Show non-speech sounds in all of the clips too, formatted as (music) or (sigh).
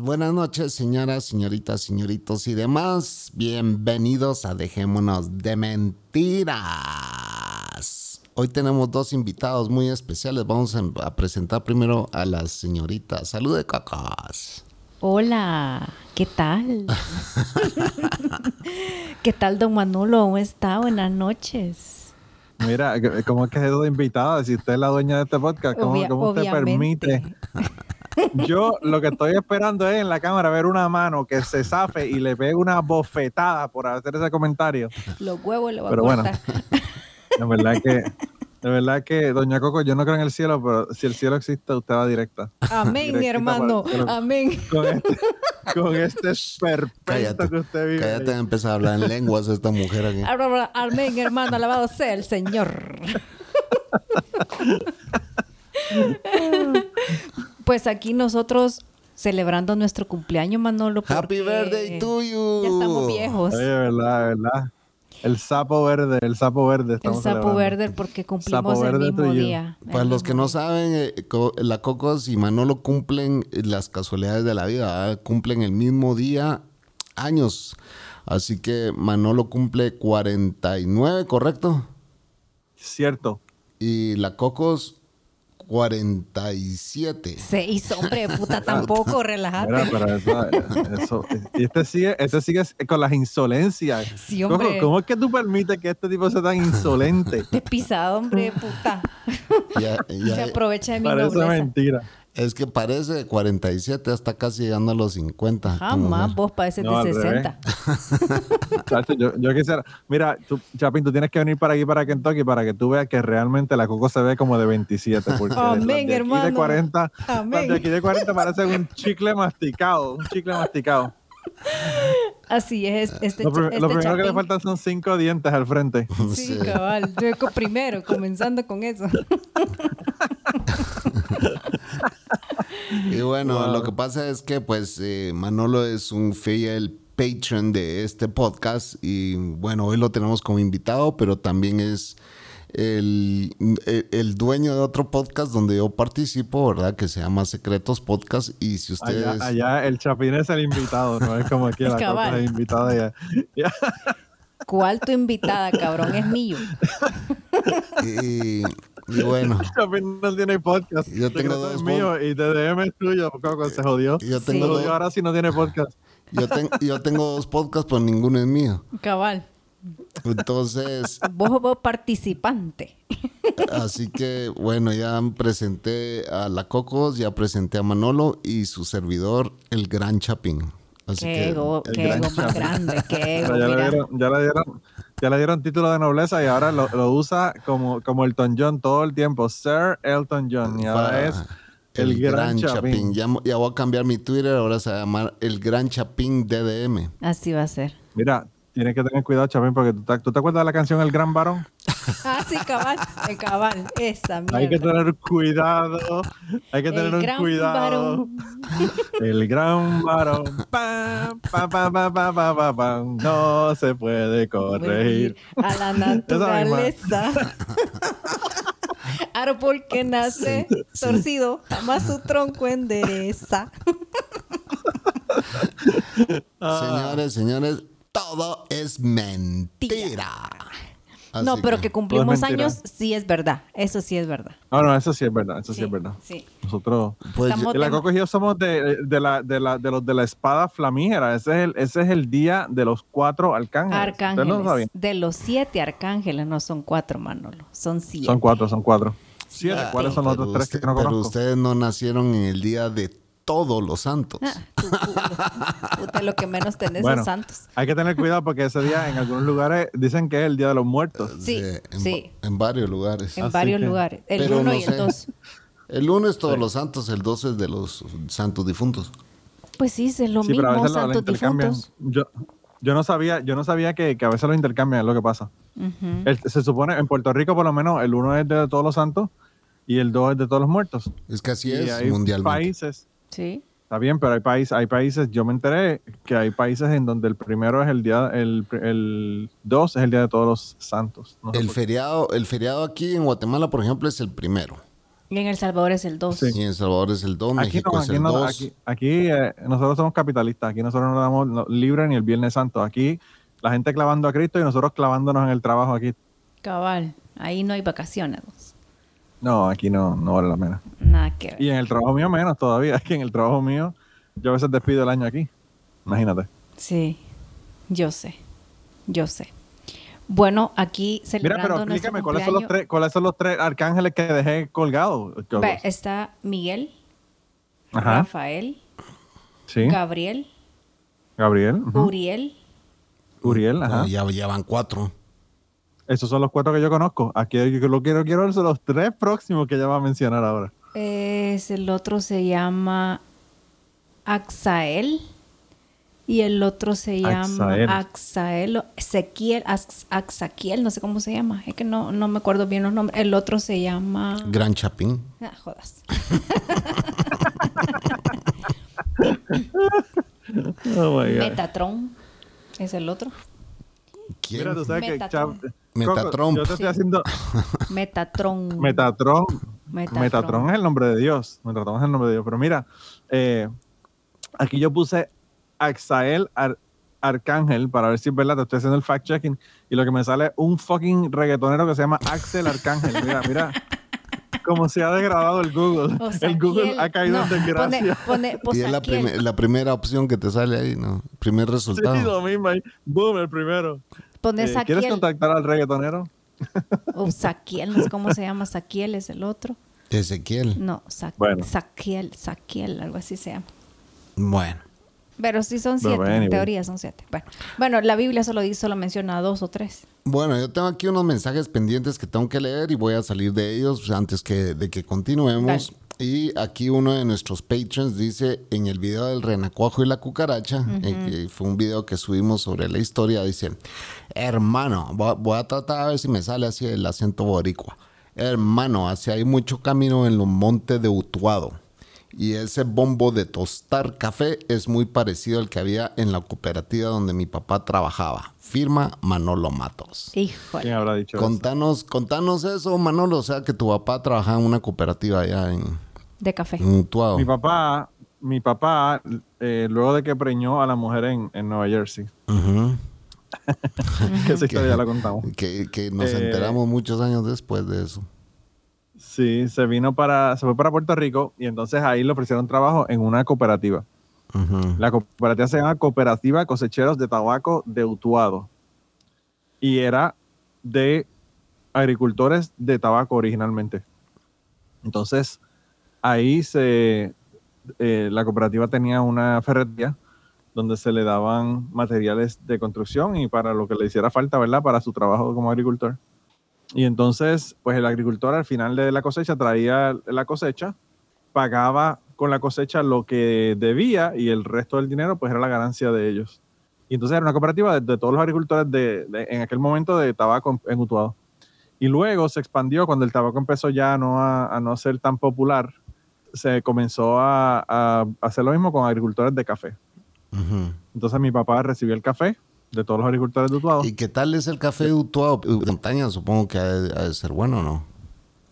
Buenas noches, señoras, señoritas, señoritos y demás. Bienvenidos a Dejémonos de Mentiras. Hoy tenemos dos invitados muy especiales. Vamos a, em, a presentar primero a las señoritas. Salude, cacas. Hola, ¿qué (laughs) tal? ¿Qué tal, don Manolo? ¿Cómo está? Buenas noches. Mira, ¿cómo es que es de invitada? Si usted es la dueña de este podcast, ¿cómo, Obvia- cómo usted obviamente. permite? Yo lo que estoy esperando es en la cámara ver una mano que se zafe y le pegue una bofetada por hacer ese comentario. Los huevos lo va a Pero bueno, cortar. La verdad que, la verdad que, doña Coco, yo no creo en el cielo, pero si el cielo existe, usted va directa. Amén, mi Directita hermano. para el cielo. Amén. Con este, con este esperpento Cállate. que usted vive. Cállate, va a empezar a hablar en lenguas esta mujer aquí. Abra, abra, Amén, hermano. Alabado sea el Señor. Pues aquí nosotros celebrando nuestro cumpleaños, Manolo. Happy porque birthday to you. Ya estamos viejos. Oye, verdad, verdad. El sapo verde, el sapo verde. El estamos sapo celebrando. verde porque cumplimos Sapo el verde mismo tuyo. día. Para los que no saben, eh, co- la Cocos y Manolo cumplen las casualidades de la vida, ¿verdad? cumplen el mismo día años. Así que Manolo cumple 49, ¿correcto? Cierto. Y la Cocos 47. Seis, hombre, (laughs) puta, tampoco, relájate. Mira, pero eso, eso- y este sigue, este sigue con las insolencias. Sí, Coco, hombre. ¿Cómo es que tú permites que este tipo sea (laughs) tan insolente? Te he pisado, hombre, puta. Ya- ya- eh, Se aprovecha de mi Parece nobleza. mentira. es que parece de 47 hasta casi llegando a los 50. tu Jamás mujer. vos padeces No, al de revés. 60. Chacho, yo, yo quisiera. Mira, tú, Chapín, tú tienes que venir para aquí, para Kentucky, para que tú veas que realmente la Coco se ve como de 27. Porque Amén, las de aquí hermano. De 40, las Amén. de aquí de 40 parece un chicle masticado. Un chicle masticado. Así es, este, Lo, prim- este lo primero que le chapín. faltan son cinco dientes al frente. Sí, Sí. cabal. Yo co- primero, comenzando con eso. Y bueno, Wow. lo que pasa es que pues eh, Manolo es un fiel patron de este podcast y bueno, hoy lo tenemos como invitado, pero también es el, el- el dueño de otro podcast donde yo participo, ¿verdad? Que se llama Secretos Podcast y si ustedes... Allá, allá el Chapín es el invitado, no es (laughs) como aquí la Coco es Cabal. el invitado. Ya, (laughs) ya. ¿Cuál tu invitada, cabrón? Es mío. Y, y bueno, Chapín no tiene podcast. Yo Secreto tengo dos es mío y TDM es tuyo, Coco, se jodió. yo Sí. tengo, Se jodió dos, ahora si no (laughs) tiene podcast. yo, ten- yo tengo dos podcasts, pero ninguno es mío. Cabal. Entonces, Vos, vos participante. Así que bueno, ya presenté a la Cocos, ya presenté a Manolo y su servidor, el Gran Chapín. Así Qué ego, el qué gran ego más Chapín. grande, (laughs) qué ego, Pero ya, le Eh, mira. dieron, ya, le dieron, ya le dieron título de nobleza y ahora lo, lo usa como, como Elton John todo el tiempo. Sir Elton John. Y ahora Para es el, gran, Chapín. Ya, mo- ya voy a cambiar mi Twitter, ahora se va a llamar el Gran Chapín DDM. Así va a ser. Mira, tienes que tener cuidado, Chapín, porque tú te, tú te acuerdas de la canción El Gran Varón. Ah, sí, cabal. El cabal. Esa mierda. Hay que tener cuidado. Hay que El tener un gran cuidado. varón. El gran varón. Pam, pam, pam, pam, pam, pam, pam, pam. No se puede corregir. (laughs) A la naturaleza. Árbol que nace torcido, jamás su tronco endereza. Ah. Señores, señores, todo es mentira. Así no, pero que, cumplimos mentira. años sí es verdad. Eso sí es verdad. Ah, No, no, eso sí es verdad, eso sí, Sí, es verdad. sí. Nosotros. Pues yo- Estamos la de- Coco y yo somos de, de la, de, la, de los de la espada flamígera. Ese es el, ese es el día de los cuatro arcángeles. Ustedes no lo sabían. Arcángeles. De los siete arcángeles, no son cuatro, Manolo. Son siete. Son cuatro, son cuatro. Siete. Ah, ¿Cuáles son los pero otros tres usted- que no Pero conozco? ustedes no nacieron en el día de todos los santos. Ah, tu culo. Puta, lo que menos tenés Bueno, son santos. hay que tener cuidado porque ese día en algunos lugares dicen que es el día de los muertos. Sí, Eh, en, sí. en varios lugares. En Así varios que- lugares. El Pero uno no y sé. el dos. El uno es todos los santos, el dos es de los santos difuntos. Pues sí, es lo sí, pero a mismo, veces lo- lo, santos intercambian. difuntos. Yo, yo no sabía, yo no sabía que, que a veces lo intercambian, es lo que pasa. Mm. El- se supone, en Puerto Rico por lo menos, el uno es de todos los santos y el dos es de todos los muertos. Es que así y es hay mundialmente. países, Sí. está bien, pero hay, país, hay países, yo me enteré que hay países en donde el primero es el día, el, el dos es el día de todos los santos. No sé El por qué. feriado, el feriado aquí en Guatemala, por ejemplo, es el primero. Y en El Salvador es el dos. Sí. Y en Salvador es el 2, Aquí, México no, es aquí, el no, 2. aquí- aquí, eh, nosotros somos capitalistas, aquí nosotros no damos no, libre ni el Viernes Santo. Aquí la gente clavando a Cristo y nosotros clavándonos en el trabajo aquí. Cabal. Ahí no hay vacaciones. vos. No, aquí no, no vale la pena. Nada que ver. Y en el trabajo mío menos todavía, (laughs) aquí en el trabajo mío yo a veces despido el año aquí. Imagínate. Sí. Yo sé. Yo sé. Bueno, aquí Mira, celebrando pero nuestro explícame cuáles son los cumpleaños, tres, cuáles son los tres arcángeles que dejé colgados. ve, está Miguel, Ajá. Rafael, Sí. Gabriel, Gabriel, ujú. Uriel. Uriel, ajá. No, ya, ya van 4. Esos son los cuatro que yo conozco. Aquí yo lo quiero, quiero ver son los tres próximos que ya va a mencionar ahora. Es, el otro se llama Axael. Y el otro se llama Axael. Axael, o- Ezequiel, Ax- Axaquiel, no sé cómo se llama. Es que no, no me acuerdo bien los nombres. El otro se llama... Gran Chapín. Ah, jodas. Oh my God. Metatron es el otro. ¿Quién? Mira, tú sabes Metatron. que Chav- Metatron. Coco, Yo te estoy Sí. haciendo Metatron. (laughs) Metatron. Metatron. Metatron. es el nombre de Dios. Metatron es el nombre de Dios. Pero mira, eh, aquí yo puse Axael Ar- Arcángel para ver si es verdad. Te estoy haciendo el fact checking. Y lo que me sale es un fucking reggaetonero que se llama Axel Arcángel. Mira, mira. Cómo se ha degradado el Google. O sea, el Google Kiel- ha caído no, en desgracia. Pone, pone, (laughs) y es la, Posaquiel. prime- la primera opción que te sale ahí, ¿no? Primer Sí, resultado. lo mismo ahí. Boom, el primero. Pone Eh, ¿Quieres Saquiel. contactar al reggaetonero? O Saquiel, no sé cómo se llama. Saquiel es el otro. Ezequiel. No, Sa- Bueno. Saquiel, Saquiel, algo así se llama. Bueno. Pero sí son Pero siete, bueno, en igual. teoría son siete. Bueno, bueno, la Biblia solo, dice- solo menciona dos o tres. Bueno, yo tengo aquí unos mensajes pendientes que tengo que leer y voy a salir de ellos antes que, de que continuemos. Y aquí uno de nuestros patrons dice en el video del renacuajo y la cucaracha, eh, que fue un video que subimos sobre la historia, dice, hermano, voy a- voy a tratar a ver si me sale así el acento boricua. Hermano, hacia hay mucho camino en los montes de Utuado. Y ese bombo de tostar café es muy parecido al que había en la cooperativa donde mi papá trabajaba. Firma Manolo Matos. ¿Quién Híjole. habrá dicho eso? Contanos, contanos eso, Manolo. O sea, que tu papá trabajaba en una cooperativa allá en, De café. en Utuado. Mi papá, mi papá, eh, luego de que preñó a la mujer en, en Nueva Jersey, Ujú. que (laughs) esa historia ya la contamos. Que, que nos Eh, enteramos muchos años después de eso. Sí, se vino para, se fue para Puerto Rico y entonces ahí le ofrecieron trabajo en una cooperativa. Ujú. La cooperativa se llama Cooperativa Cosecheros de Tabaco de Utuado. Y era de agricultores de tabaco originalmente. Entonces, ahí se eh, la cooperativa tenía una ferretería donde se le daban materiales de construcción y para lo que le hiciera falta, ¿verdad? Para su trabajo como agricultor. Y entonces, pues el agricultor al final de la cosecha traía la cosecha, pagaba con la cosecha lo que debía y el resto del dinero pues era la ganancia de ellos. Y entonces era una cooperativa de, de todos los agricultores de, de- en aquel momento de tabaco en, en Utuado. Y luego se expandió cuando el tabaco empezó ya no a, a no ser tan popular, se comenzó a, a hacer lo mismo con agricultores de café. Ujú. Entonces mi papá recibió el café de todos los agricultores de Utuado. ¿Y qué tal es el café de Utuado? Uh, Montaña, supongo que ha de, ha de ser bueno, ¿no?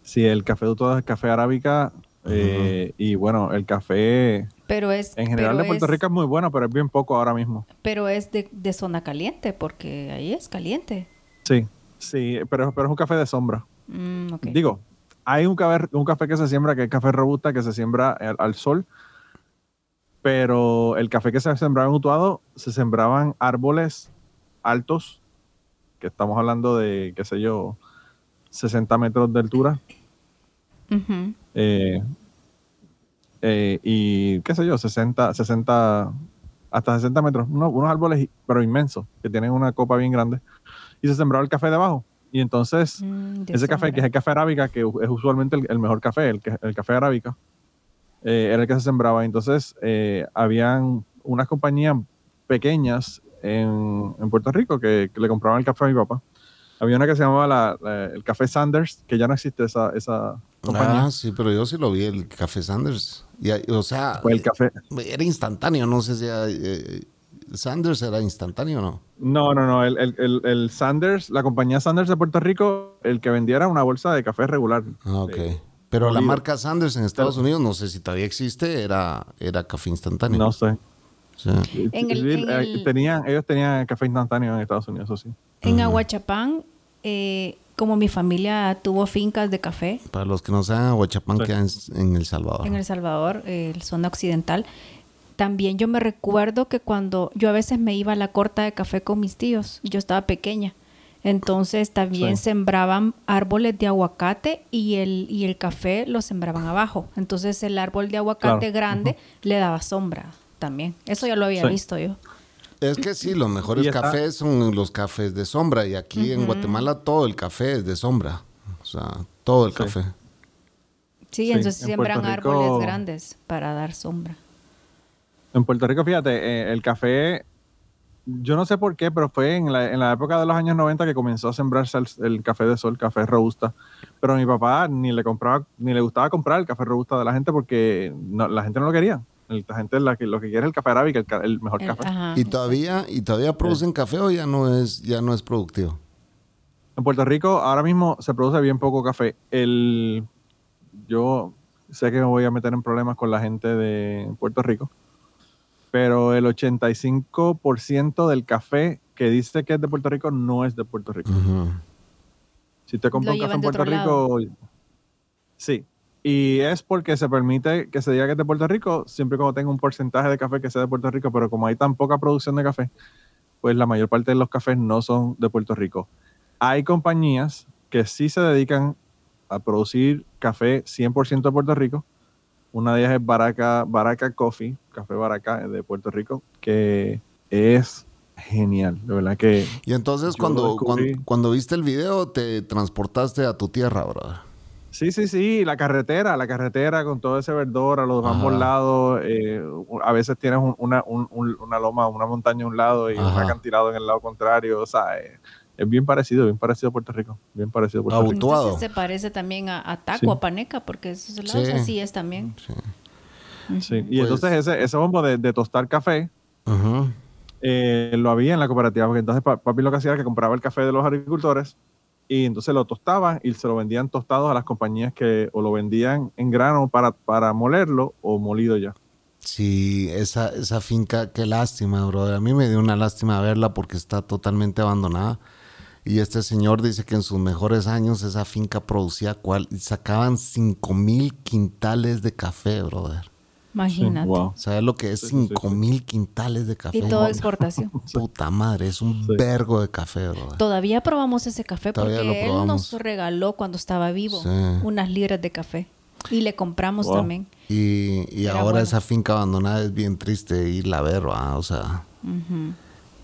Sí, el café de Utuado es café arábica eh, y bueno, el café Pero es. en general pero de Puerto es- Rico es muy bueno, pero es bien poco ahora mismo. Pero es de, de zona caliente, porque ahí es caliente. Sí. Sí, pero, pero es un café de sombra. Mm, ok. Digo, hay un café, un café que se siembra, que es café robusta, que se siembra al, al sol, pero el café que se sembraba en Utuado, se sembraban árboles altos, que estamos hablando de, qué sé yo, 60 metros de altura, Ujú. eh, eh, y qué sé yo, 60, 60, hasta 60 metros, uno- unos árboles, pero inmensos, que tienen una copa bien grande, y se sembraba el café debajo. Y entonces Mm, de ese café, sombra. que es el café arábica, que u- es usualmente el, el mejor café, el, que- el café arábica, eh, era el que se sembraba. Entonces, eh, habían unas compañías pequeñas en, en Puerto Rico que, que le compraban el café a mi papá. Había una que se llamaba la- la- el Café Sanders, que ya no existe esa, esa compañía. Ah, sí, pero yo sí lo vi, el café Sanders. Y ahí- o sea, Fue el café. era instantáneo, no sé si era, eh, Sanders era instantáneo o no. No, no, no. El, el- el- el Sanders, la compañía Sanders de Puerto Rico, el que vendiera una bolsa de café regular. Ah, ok. Sí. Pero la Molido. marca Sanders en Estados Unidos, no sé si todavía existe, era, era café instantáneo. No sé. Sí. En el- en Eh, el- tenían, ellos tenían café instantáneo en Estados Unidos, eso sí. En Aguachapán, eh, como mi familia tuvo fincas de café Para los que no saben, Aguachapán Sí. queda en, en El Salvador. en El Salvador, eh, zona occidental, también yo me recuerdo que cuando yo a veces me iba a la corta de café con mis tíos, yo estaba pequeña. Entonces también Sí. sembraban árboles de aguacate y el, y el café lo sembraban abajo. Entonces el árbol de aguacate Claro. grande le daba sombra también. Eso ya lo había Sí. visto yo. Es que sí, los mejores Y está- cafés son los cafés de sombra. Y aquí en Guatemala todo el café es de sombra. O sea, todo el Sí. café. Sí, Sí, entonces en siembran Puerto Rico- árboles grandes para dar sombra. En Puerto Rico, fíjate, eh, el café, yo no sé por qué, pero fue en la, en la época de los años 90 que comenzó a sembrarse el, el café de sol, café robusta. Pero a mi papá ni le compraba, ni le gustaba comprar el café robusta de la gente porque no- la gente no lo quería. El- la gente la que- lo que quiere es el café arábica, el, ca- el mejor El- café. ajá. Y todavía, y todavía producen café o ya no es, ya no es productivo. En Puerto Rico ahora mismo se produce bien poco café. El, yo sé que me voy a meter en problemas con la gente de Puerto Rico, pero el 85% del café que dice que es de Puerto Rico no es de Puerto Rico. Ujú. Si te compras un Lo café llevan en de Puerto otro Rico, sí. Y es porque se permite que se diga que es de Puerto Rico, siempre y cuando tenga un porcentaje de café que sea de Puerto Rico, pero como hay tan poca producción de café, pues la mayor parte de los cafés no son de Puerto Rico. Hay compañías que sí se dedican a producir café 100% de Puerto Rico. Una de ellas es Baraka, Baraka Coffee, Café Baraka de Puerto Rico, que es genial, de verdad que... Y entonces Yo cuando, cuan- descubrí- cuando, viste el video te transportaste a tu tierra, brother. Sí, sí, sí, la carretera, la carretera con todo ese verdor a los Ajá. ambos lados. eh, a veces tienes un- una, un- un- una loma, una montaña a un lado y un Ajá. acantilado en el lado contrario. O sea, eh, es bien parecido, bien parecido a Puerto Rico. Bien parecido a Puerto Ah, Rico. Utuado. Entonces se parece también a, a Taco, Sí. a Paneca, porque esos lados Sí. así es también. Sí. Sí, Y Pues- entonces ese, ese bombo de, de tostar café Ujú. eh, lo había en la cooperativa, porque entonces pa- papi lo que hacía era que compraba el café de los agricultores y entonces lo tostaba y se lo vendían tostados a las compañías que o lo vendían en grano para, para molerlo o molido ya. Sí, esa, esa finca, qué lástima, brother. A mí me dio una lástima verla porque está totalmente abandonada. Y este señor dice que en sus mejores años esa finca producía cual, sacaban 5 mil quintales de café, brother. Sí, Imagínate. wow. ¿Sabes lo que es Sí, sí, sí, 5 mil quintales de café? Y todo exportación. Puta madre, es un Sí. vergo de café, brother. Todavía probamos ese café Todavía lo porque él probamos. nos regaló cuando estaba vivo Sí. unas libras de café y le compramos Wow. también. Y, y Era ahora bueno. esa finca abandonada es bien triste irla a ver, ¿va? o sea.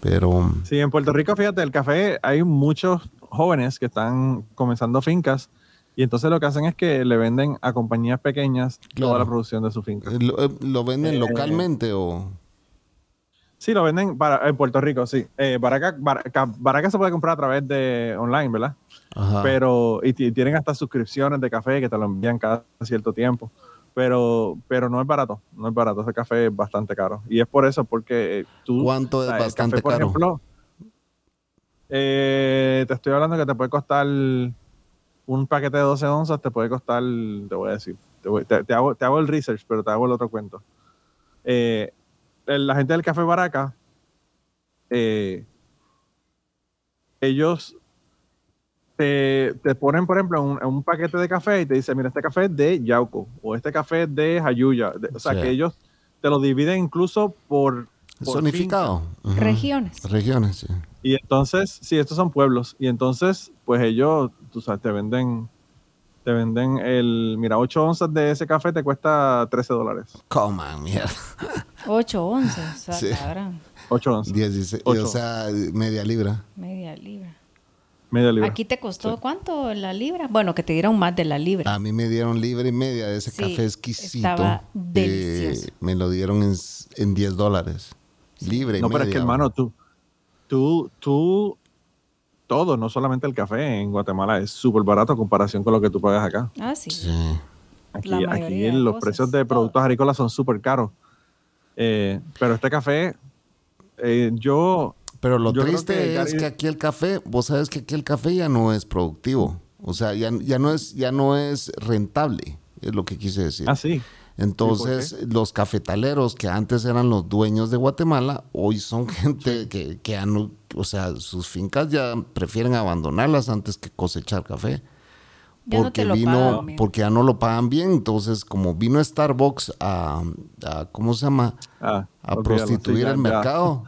Pero Sí, en Puerto Rico, fíjate, el café hay muchos jóvenes que están comenzando fincas y entonces lo que hacen es que le venden a compañías pequeñas Claro. toda la producción de su finca. eh, lo, eh, lo venden localmente o... Sí, lo venden para, en Puerto Rico, sí. Eh, Baraca, Baraca- Baraca se puede comprar a través de online, ¿verdad? Ajá. Pero y ti- tienen hasta suscripciones de café que te lo envían cada cierto tiempo. Pero, pero no es barato, no es barato. Ese café es bastante caro. Y es por eso, porque eh, tú... ¿Cuánto es sea, el bastante café, por caro? ejemplo, eh, te estoy hablando que te puede costar un paquete de 12 onzas, te puede costar, te voy a decir, te, voy- te- te hago, te hago el research, pero te hago el otro cuento. Eh, el- la gente del Café Baraca, eh, ellos te, te ponen, por ejemplo, un, un paquete de café y te dicen, mira, este café es de Yauco o este café es de Jayuya. De- o sea, Sí. que ellos te lo dividen incluso por... por Zonificado. Ujú. Regiones. Regiones, sí. finca. Y entonces, sí, estos son pueblos. Y entonces, pues ellos, tú sabes, te venden... Te venden el, mira, 8 onzas de ese café te cuesta 13 dólares. Coman, mierda. 8, 11. O sea, Sí. cabrón, 8 onzas. 16, o Ocho. sea, media libra. media libra. Media libra. Aquí te costó cuánto la libra? Bueno, que te dieron más de la libra. A mí me dieron libra y media de ese Sí, café exquisito. estaba Eh, delicioso. me lo dieron en, s- en 10 dólares. Libre y No, pero es media, que hermano, tú, tú, tú, todo, no solamente el café en Guatemala es súper barato en comparación con lo que tú pagas acá. Ah, sí. Sí. Aquí, La mayoría aquí de los cosas, precios de todo. productos agrícolas son súper caros. Eh, pero este café, eh, yo, Pero lo Yo creo triste que es Gary- que aquí el café, vos sabes que aquí el café ya no es productivo. O sea, ya, ya, no, es, ya no es rentable, es lo que quise decir. así, Entonces, los cafetaleros que antes eran los dueños de Guatemala, hoy son gente que, que han- o sea, sus fincas ya prefieren abandonarlas antes que cosechar café. Ya no te lo vino, pagan, mira. porque ya no lo pagan bien. Entonces, como vino Starbucks a, a- ¿cómo se llama? Ah, a olvídalo, prostituir sí, ya, el ya. mercado.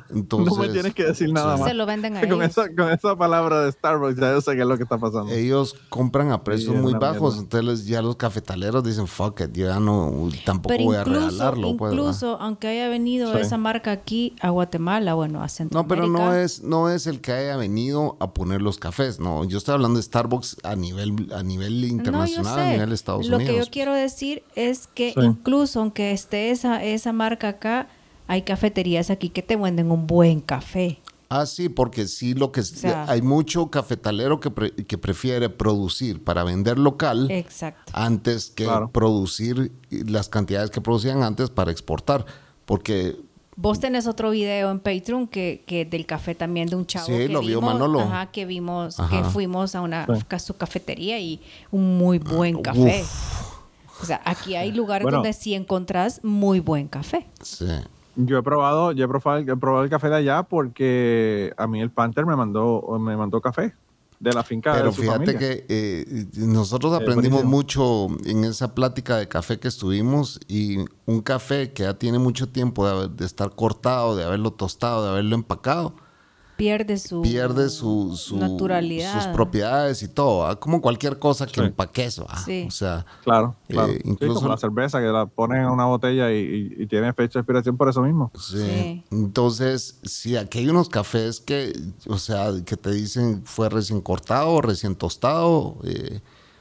(laughs) Entonces, no me tienes que decir nada Se más. lo venden a Con ellos. esa, con esa palabra de Starbucks, ya yo sé qué es lo que está pasando. ellos compran a precios Sí, es muy una bajos. mierda. Entonces, ya los cafetaleros dicen, fuck it, yo ya no, tampoco Pero voy incluso, a regalarlo. pues, ¿verdad? incluso aunque haya venido Sí. esa marca aquí a Guatemala, bueno, a No, Centroamérica. pero no es, no es el que haya venido a poner los cafés. No, yo estoy hablando de Starbucks a nivel, a nivel internacional, No, yo sé. a nivel Estados Lo Unidos. que yo quiero decir es que Sí. incluso aunque esté esa, esa marca acá, hay cafeterías aquí que te venden un buen café. Ah, sí, porque sí, lo que sea- hay mucho cafetalero que, pre- que prefiere producir para vender local Eh. Exacto. antes que Claro. producir las cantidades que producían antes para exportar. Porque Vos tenés otro video en Patreon que, que del café también de un chavo Sí, que lo vio vimos, Manolo. ajá, que vimos, Ajá. que fuimos a una Sí. a su cafetería y un muy Ah, buen café. O sea, aquí hay lugares Bueno. donde sí encontrás muy buen café. sí, Yo he probado, yo he probado, he probado el café de allá porque a mí el Panther me mandó, me mandó café de la finca pero de su fíjate familia. que eh, nosotros aprendimos mucho en esa plática de café que estuvimos y un café que ya tiene mucho tiempo de, haber- de estar cortado, de haberlo tostado, de haberlo empacado, Pierde su pierde su, su- naturalidad. sus propiedades y todo, ¿va? como cualquier cosa que empaques, ¿va? Sí. o sea, Claro, Eh, claro. Sí, incluso- como la cerveza que la ponen en una botella y, y- y tiene fecha de expiración por eso mismo. sí. Sí. entonces sí, aquí hay unos cafés que, o sea, que te dicen fue recién cortado, recién tostado, eh,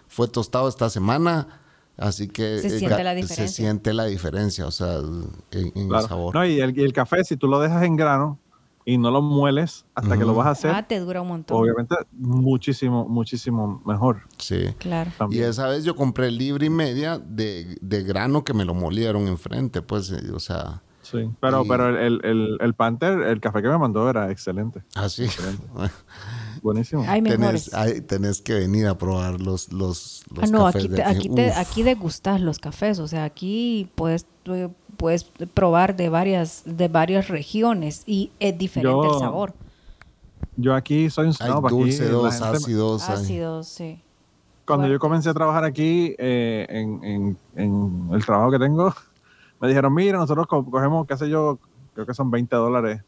fue tostado esta semana. Así que Se eh, siente ga- la se diferencia. siente la diferencia, o sea, en, en Claro. el sabor. No, y, el, y el café, si tú lo dejas en grano y no lo mueles hasta que lo vas a hacer, Ah, te dura un montón. obviamente muchísimo, muchísimo mejor. Sí. Claro. Y También. esa vez yo compré libre y media de, de grano que me lo molieron enfrente, pues, eh, o sea, Sí. Pero, Y- pero el, el, el- el Panther, el café que me mandó era excelente. así. Buenísimo. Hay mejores. (laughs) tenés, ay, tenés que venir a probar los, los, los Ah, no, cafés aquí, de te, aquí, te, Uf, aquí degustas los cafés, o sea, aquí puedes, tú puedes probar de varias, de varias regiones y es diferente Yo- el sabor. Yo aquí soy un hay snob. pues aquí la dulceros, gente- Ah, ácidos. hay- Ácido, sí. Cuando yo Fuertes. comencé a trabajar aquí, eh, en, en- en el trabajo que tengo, (laughs) me dijeron, mira, nosotros co- cogemos, qué sé yo, creo que son 20 dólares.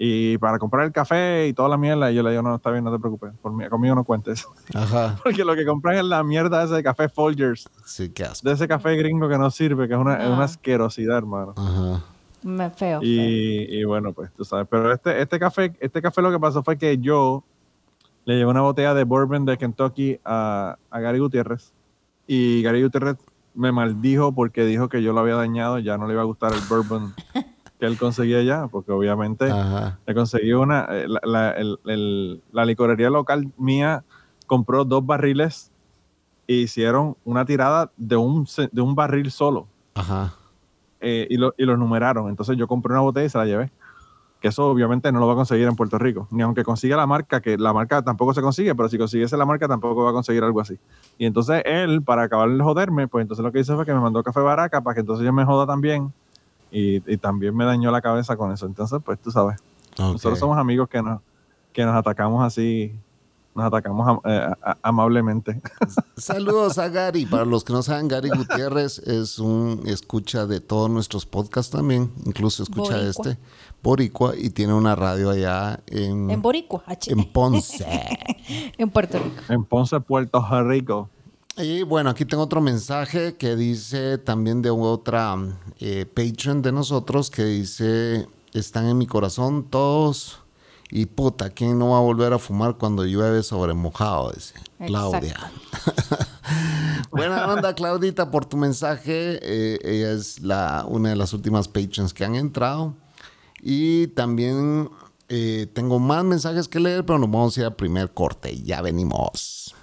Y para comprar el café y toda la mierda, y yo le digo, no, está bien, no te preocupes, por mí- conmigo no cuentes. (laughs) Ajá. Porque lo que compran es la mierda ese de café Folgers, Sí, qué asco. de ese café gringo que no sirve, que es una, es una Ah. asquerosidad, hermano. Ajá. Me- feo. feo. Y, y bueno, pues tú sabes, pero este, este café, este café lo que pasó fue que yo le llevé una botella de bourbon de Kentucky a, a Gary Gutiérrez y Gary Gutiérrez me maldijo porque dijo que yo lo había dañado, ya no le iba a gustar el bourbon que él conseguía allá, porque obviamente Ajá. le conseguí una, eh, la, la- el- el- la licorería local mía compró dos barriles e hicieron una tirada de un, se- de un barril solo Ajá. eh, y, lo- y los numeraron. Entonces yo compré una botella y se la llevé. Que eso obviamente no lo va a conseguir en Puerto Rico. Ni aunque consiga la marca, que la marca tampoco se consigue, pero si consiguiese la marca tampoco va a conseguir algo así. Y entonces él, para acabar de joderme, pues entonces lo que hizo fue que me mandó café baraca para que entonces yo me joda también. Y, y también me dañó la cabeza con eso. Entonces, pues tú sabes, Ok. nosotros somos amigos que nos, que nos atacamos así Nos atacamos am- eh, a- a- amablemente. (laughs) Saludos a Gary. Para los que no saben, Gary Gutiérrez es un escucha de todos nuestros podcasts también, incluso escucha Boricua. este, Boricua, y tiene una radio allá en, En Boricua, H. en Ponce. (laughs) en Puerto Rico. en Ponce, Puerto Rico. Y bueno, aquí tengo otro mensaje que dice también de otra eh, patron de nosotros que dice, están en mi corazón todos y puta, ¿quién no va a volver a fumar cuando llueve sobre mojado? Dice Claudia. (laughs) Buena onda, Claudita, por tu mensaje. Eh, ella es la, una de las últimas patrons que han entrado. Y también eh, tengo más mensajes que leer, pero nos vamos a ir al primer corte. Ya venimos.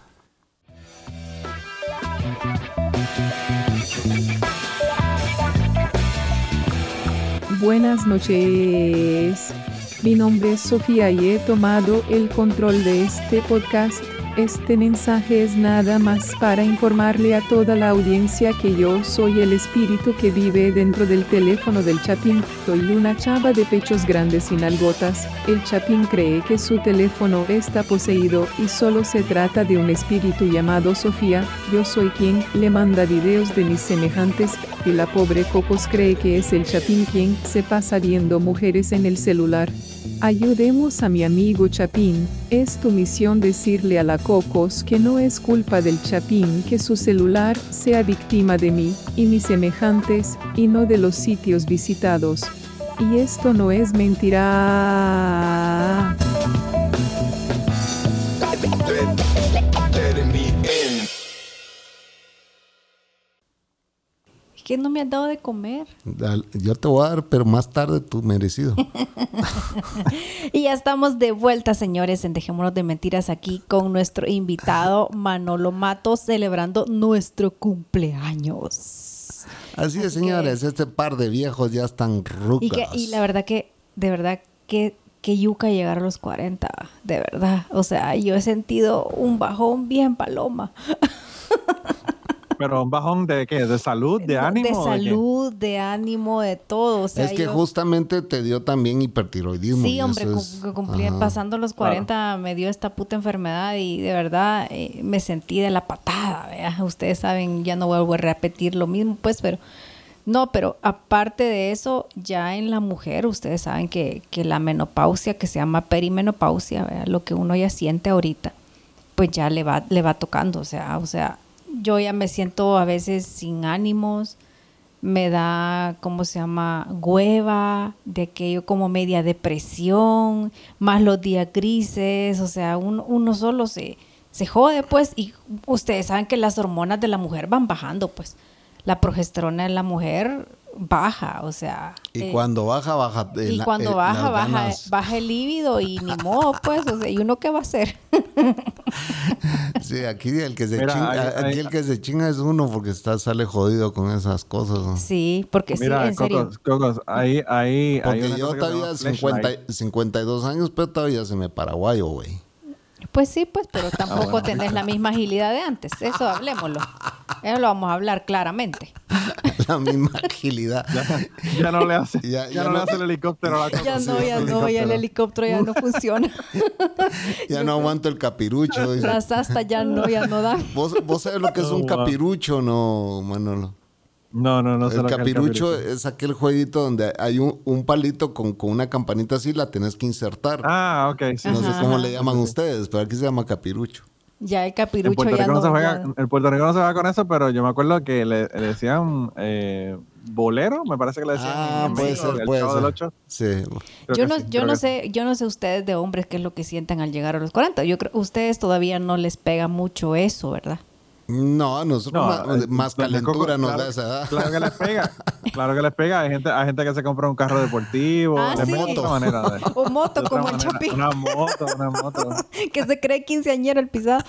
Buenas noches. Mi nombre es Sofía y he tomado el control de este podcast. Este mensaje es nada más para informarle a toda la audiencia que yo soy el espíritu que vive dentro del teléfono del Chapín. Soy una chava de pechos grandes sin algotas. El Chapín cree que su teléfono está poseído y solo se trata de un espíritu llamado Sofía. Yo soy quien le manda videos de mis semejantes y la pobre Cocos cree que es el Chapín quien se pasa viendo mujeres en el celular. Ayudemos a mi amigo Chapín, es tu misión decirle a la Cocos que no es culpa del Chapín que su celular sea víctima de mí y mis semejantes, y no de los sitios visitados. Y esto no es mentira. Es que no me han dado de comer. Dal- Yo te voy a dar, pero más tarde (laughs) tú merecido. Y ya estamos de vuelta, señores, en Dejémonos de Mentiras aquí con nuestro invitado Manolo Mato celebrando nuestro cumpleaños. Así es, señores, este par de viejos ya están Y, rucos. que, y la verdad que, de verdad que, que yuca llegar a los 40, de verdad. O sea, yo he sentido un bajón bien paloma. Pero un bajón de qué? ¿De salud? ¿De ánimo? De o qué? salud, de ánimo, de todo. O sea, es que yo- justamente te dio también hipertiroidismo. y Sí, eso hombre, es- cum- cumplí- ajá. pasando los 40 me dio esta puta enfermedad y de verdad eh, me sentí de la patada, vea. Ustedes saben, ya no vuelvo a repetir lo mismo, pues, pero no, pero aparte de eso, ya en la mujer, ustedes saben que, que la menopausia, que se llama perimenopausia, vea, lo que uno ya siente ahorita, pues ya le va, le va tocando, o sea, o sea, yo ya me siento a veces sin ánimos, me da, ¿cómo se llama? Hueva, de que yo como media depresión, más los días grises, o sea, un- uno solo se, se jode, pues, y ustedes saben que las hormonas de la mujer van bajando, pues, la progesterona de la mujer baja, o sea... Y eh, cuando baja, baja. eh, y la- cuando eh, baja, las baja, ganas. baja el líbido y ni modo, pues, o sea, ¿y uno qué va a hacer? (laughs) (laughs) Sí, aquí el que se Mira, chinga, hay- hay- aquí el que se chinga es uno porque está, sale jodido con esas cosas. ¿no? Sí, porque sí, Mira, en serio. Cocos, Cocos, ahí, ahí. hay Porque una cosa yo que se llama todavía flashlight. 50, 52 años, pero todavía se me paraguayo, güey. (laughs) Pues sí, pues, (laughs) pero tampoco tenés la misma agilidad de antes. Eso hablemoslo. Eso lo vamos a hablar claramente. La misma agilidad. Ya no le hace, Ya- ya, ya no, no- le hace el helicóptero a la (laughs) Cocos. Ya no, (laughs) sí, ya el no, ya el helicóptero helicóptero. ya no (laughs) funciona. Ya no aguanto (laughs) el capirucho. dice. Las astas ya no, ya no dan. ¿Vos, vos sabés lo que (laughs) es No, un wow. capirucho, no, Manolo. No, no, no. sé el lo que es capirucho es aquel jueguito donde hay un, un palito con, con una campanita así, la tenés que insertar. Ah, ok, sí. no sé cómo le llaman ustedes, pero aquí se llama capirucho. Ya el En capirucho Puerto, ya no. Rico no se ya- juega, en Puerto Rico no se juega con eso, pero yo me acuerdo que le, le decían eh, bolero, me parece que le decían. Ah, en puede México, ser, el puede Chavo ser. del Ocho. Sí. Yo Creo que no, sí, yo creo no que sí. sé, yo no sé ustedes de hombres qué es lo que sientan al llegar a los 40. Yo creo ustedes todavía no les pega mucho eso, ¿verdad? (laughs) No, a nosotros No, ma- Pues más, eh, los de Coco, calentura nos claro- da esa edad. (laughs) Claro que les pega. Claro que les pega. Hay gente, hay gente que se compra un carro deportivo. Ah, les sí. pega de otra manera. de- O moto, (laughs) de otra como el manera. Chapín. Una moto, una (laughs) moto. Que se cree quinceañero el pisado.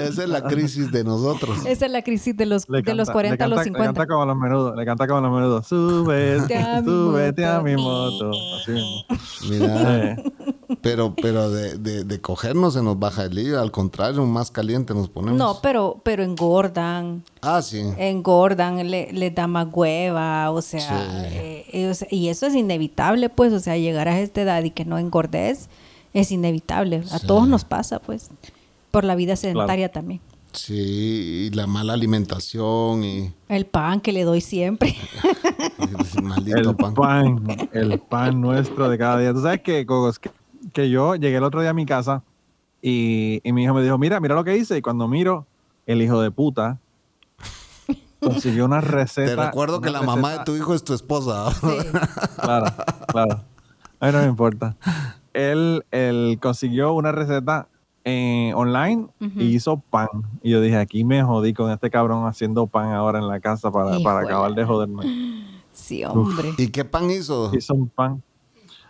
Esa es la crisis (laughs) de nosotros. Esa es la crisis de los, Le de los canta- 40 a le los canta- 50. Le canta como a los menudos. Le canta como a (laughs) los menudos. Súbete, a mi súbete a mi moto. moto. (laughs) Así mismo. Eh, Mira, Sí. pero, pero de, de, de cogernos se nos baja el lío, al contrario, más caliente nos ponemos. No, pero, pero engordan. Ah, sí. engordan, le, les da más hueva, o sea, Sí. eh, eh, o sea, y eso es inevitable, pues, o sea, llegar a esta edad y que no engordes es inevitable. A Sí. todos nos pasa, pues, por la vida sedentaria también. Sí, y la mala alimentación y El pan que le doy siempre. (laughs) el maldito El pan. pan, (laughs) el pan nuestro de cada día. ¿Tú sabes qué, Cogos? Que, que yo llegué el otro día a mi casa y, y mi hijo me dijo, mira, mira lo que hice. Y cuando miro, el hijo de (laughs) puta consiguió una receta. Te recuerdo que una la mamá de receta- tu hijo es tu esposa. (laughs) Claro, claro. A mí no me importa. Él, él consiguió una receta eh, online y hizo pan. Y yo dije, aquí me jodí con este cabrón haciendo pan ahora en la casa para, para Híjole. acabar de joderme. Sí, hombre. ¿Y qué pan hizo? Hizo un pan.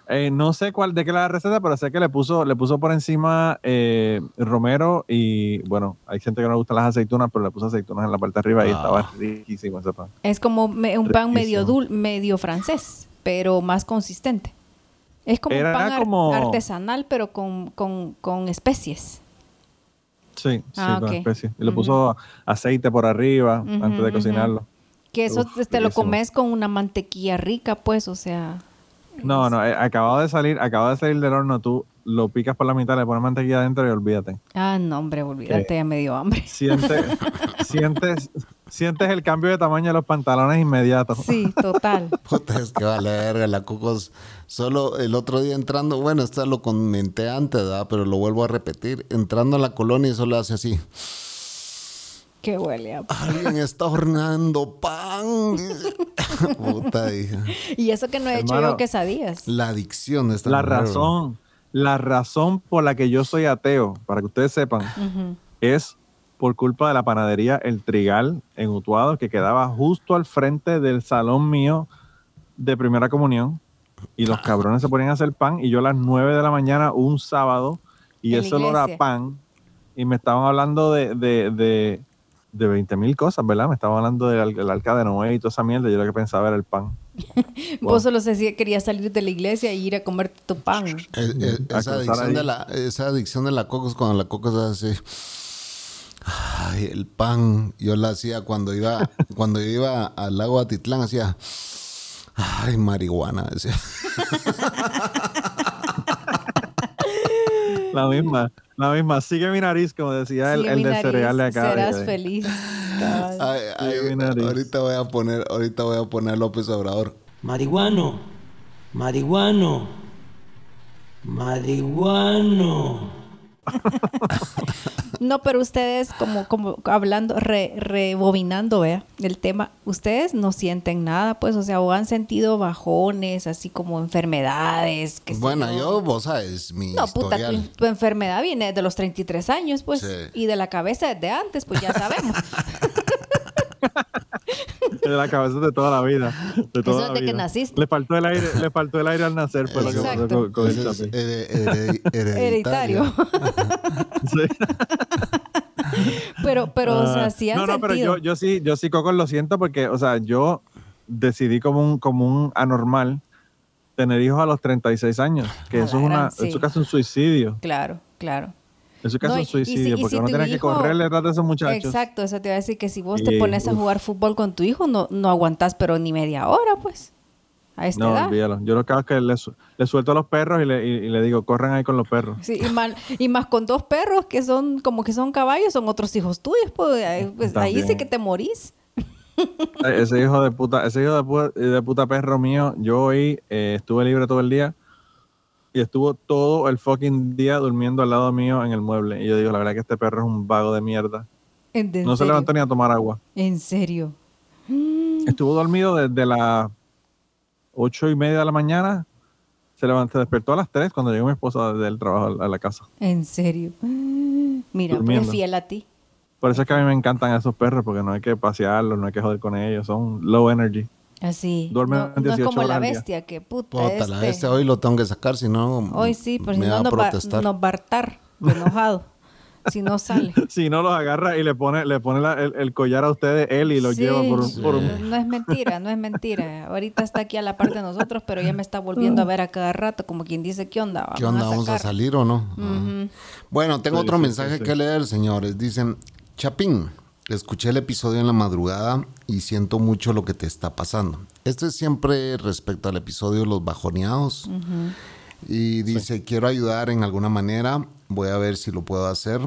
Eh, no sé cuál de qué era la receta, pero sé que le puso, le puso por encima eh, romero y bueno, hay gente que no le gusta las aceitunas, pero le puso aceitunas en la parte de arriba y Ah. estaba riquísimo ese pan. Es como me- un pan medio Riquísimo. dul, medio francés, pero más consistente. Es como Era un pan ar- como- artesanal, pero con, con, con especies. Sí, sí, Ah, con ok. especie. Y le Ujú. puso aceite por arriba Ujú, antes de ujú. cocinarlo. Que eso Uf, te- te lo bellísimo. comes con una mantequilla rica, pues, o sea. No, no, eh, acabado de salir, acabado de salir del horno, tú lo picas por la mitad, le pones mantequilla adentro y olvídate. Ah, no, hombre, olvídate, Que- ya me dio hambre. Sientes, (laughs) sientes, sientes el cambio de tamaño de los pantalones inmediato. Sí, total. Puta, es que vale verga, la Cocos. Solo el otro día entrando, bueno, esta lo comenté antes, ¿verdad? pero lo vuelvo a repetir. Entrando a la colonia y solo hace así. Qué huele a- Alguien está horneando pan. dice. (laughs) Puta, dije. Y eso que no he hecho yo Hermano. quesadillas. La adicción de esta La mujer, razón, la razón por la que yo soy ateo, para que ustedes sepan, Ujú. es por culpa de la panadería El Trigal en Utuado, que quedaba justo al frente del salón mío de primera comunión. Y los cabrones se ponían a hacer pan. Y yo a las 9 de la mañana, un sábado, y En la ese olor a iglesia. pan. Y me estaban hablando de, de, de, de 20 mil cosas, ¿verdad? Me estaban hablando del al- el arca de Noé y toda esa mierda. Yo lo que pensaba era el pan. Vos solo sé si querías salir de la iglesia y ir a comer tu pan. Eh, eh, A cruzar esa, adicción ahí. de la, esa adicción de la cocos, cuando la cocos hace. Ay, el pan. Yo la hacía cuando (laughs) iba, cuando yo iba al lago Atitlán, hacía. Ay, marihuana. decía. La misma, la misma. Sigue mi nariz, como decía el, Sí, el mi de nariz, cereal de acá. eh, Serás de- (laughs) feliz. cabal. Ay, ay, Sí, mi nariz. ahorita voy a poner, ahorita voy a poner López Obrador. Marihuano, marihuano, marihuano. No, pero ustedes, como, como hablando, re- rebobinando, vea, el tema, ustedes no sienten nada, pues, o sea, o han sentido bajones, así como enfermedades. qué sé Bueno, yo, vos sabes, mi No, puta, tu, historial. tu enfermedad viene de los 33 años, pues, Sí. y de la cabeza desde antes, pues ya (laughs) sabemos. de la cabeza de toda la vida. De toda Eso la desde que vida. naciste. Le faltó el aire, le faltó el aire al nacer, fue lo que pasó Exacto. con, con el Ese es Chapín. here- (laughs) here- hereditario. Hereditario. (laughs) pero, pero, o sea, sí han Ah. no, no, pero sentido. yo, yo sí, yo sí, Coco, lo siento porque, o sea, yo decidí como un, como un anormal tener hijos a los 36 años, que A eso la es una, gran, sí. eso es casi un suicidio. Claro, claro. Eso es No, y- casi y un si- suicidio, y porque si uno tu tiene que hijo- correr detrás de esos muchachos. Exacto, eso te iba a decir que si vos te Y, pones a uf. jugar fútbol con tu hijo, no, no aguantás, pero ni media hora, pues. A esta No, edad. olvídalo. Yo lo que hago es que le, su- le suelto a los perros y le, y- y le digo, corran ahí con los perros. Sí, y, mal- y más con dos perros que son como que son caballos, son otros hijos tuyos, pues, ahí- pues, ahí sí También. que te morís. Eh, Ese hijo de puta, ese hijo de pu- de puta, perro mío, yo hoy eh, estuve libre todo el día y estuvo todo el fucking día durmiendo al lado mío en el mueble. Y yo digo, la verdad que este perro es un vago de mierda. En, en No se serio. levantó ni a tomar agua. En serio. Estuvo dormido desde las ocho y media de la mañana. Se levantó, se despertó a las tres cuando llegó mi esposa del trabajo a la casa. En serio. (gasps) Mira, pues Durmiendo. fiel a ti. Por eso es que a mí me encantan esos perros, porque no hay que pasearlos, no hay que joder con ellos, son low energy. (laughs) Así. Duerme no, no 18 es como horas la al día. bestia, que puta. Puta, la este- bestia, hoy lo tengo que sacar, si no. Hoy sí, pero si me no va nos a va, protestar. nos va a hartar de enojado. (laughs) si no sale. Si no los agarra y le pone, le pone la- el, el collar a ustedes él y los Sí, lleva por un, por un- No es mentira, no es mentira. Ahorita está aquí a la parte de nosotros, pero ya me está volviendo a ver a cada rato, como quien dice, ¿qué onda? ¿Qué onda? ¿Vamos a sacar". salir o no? Ah. Bueno, tengo Sí, otro sí, mensaje sí, sí. que leer, señores. Dicen, Chapín, escuché el episodio en la madrugada y siento mucho lo que te está pasando. Esto es siempre respecto al episodio de Los Bajoneados. Y dice, quiero ayudar en alguna manera, voy a ver si lo puedo hacer.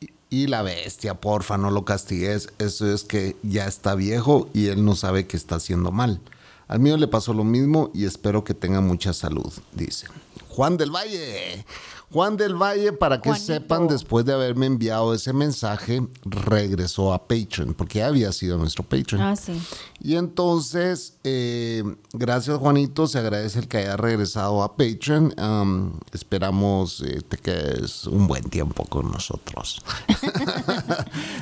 Y, y la bestia, porfa, no lo castigues. Eso es que ya está viejo y él no sabe que está haciendo mal. Al mío le pasó lo mismo y espero que tenga mucha salud, dice. Juan del Valle. Juan del Valle, para que Juanito. sepan, después de haberme enviado ese mensaje, regresó a Patreon, porque ya había sido nuestro Patreon. Ah, sí. Y entonces, eh, gracias Juanito, se agradece el que haya regresado a Patreon. Am, esperamos eh, te quedes un buen tiempo con nosotros.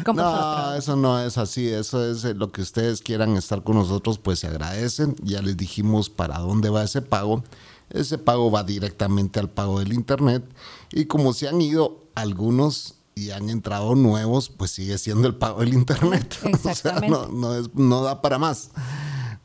Con no, vosotros. eso no es así, eso es eh, lo que ustedes quieran estar con nosotros, pues se agradecen. Ya les dijimos para dónde va ese pago. Ese pago va directamente al pago del Internet. Y como se han ido algunos y han entrado nuevos, pues sigue siendo el pago del Internet. (laughs) O sea, no, Exactamente. no es- no da para más.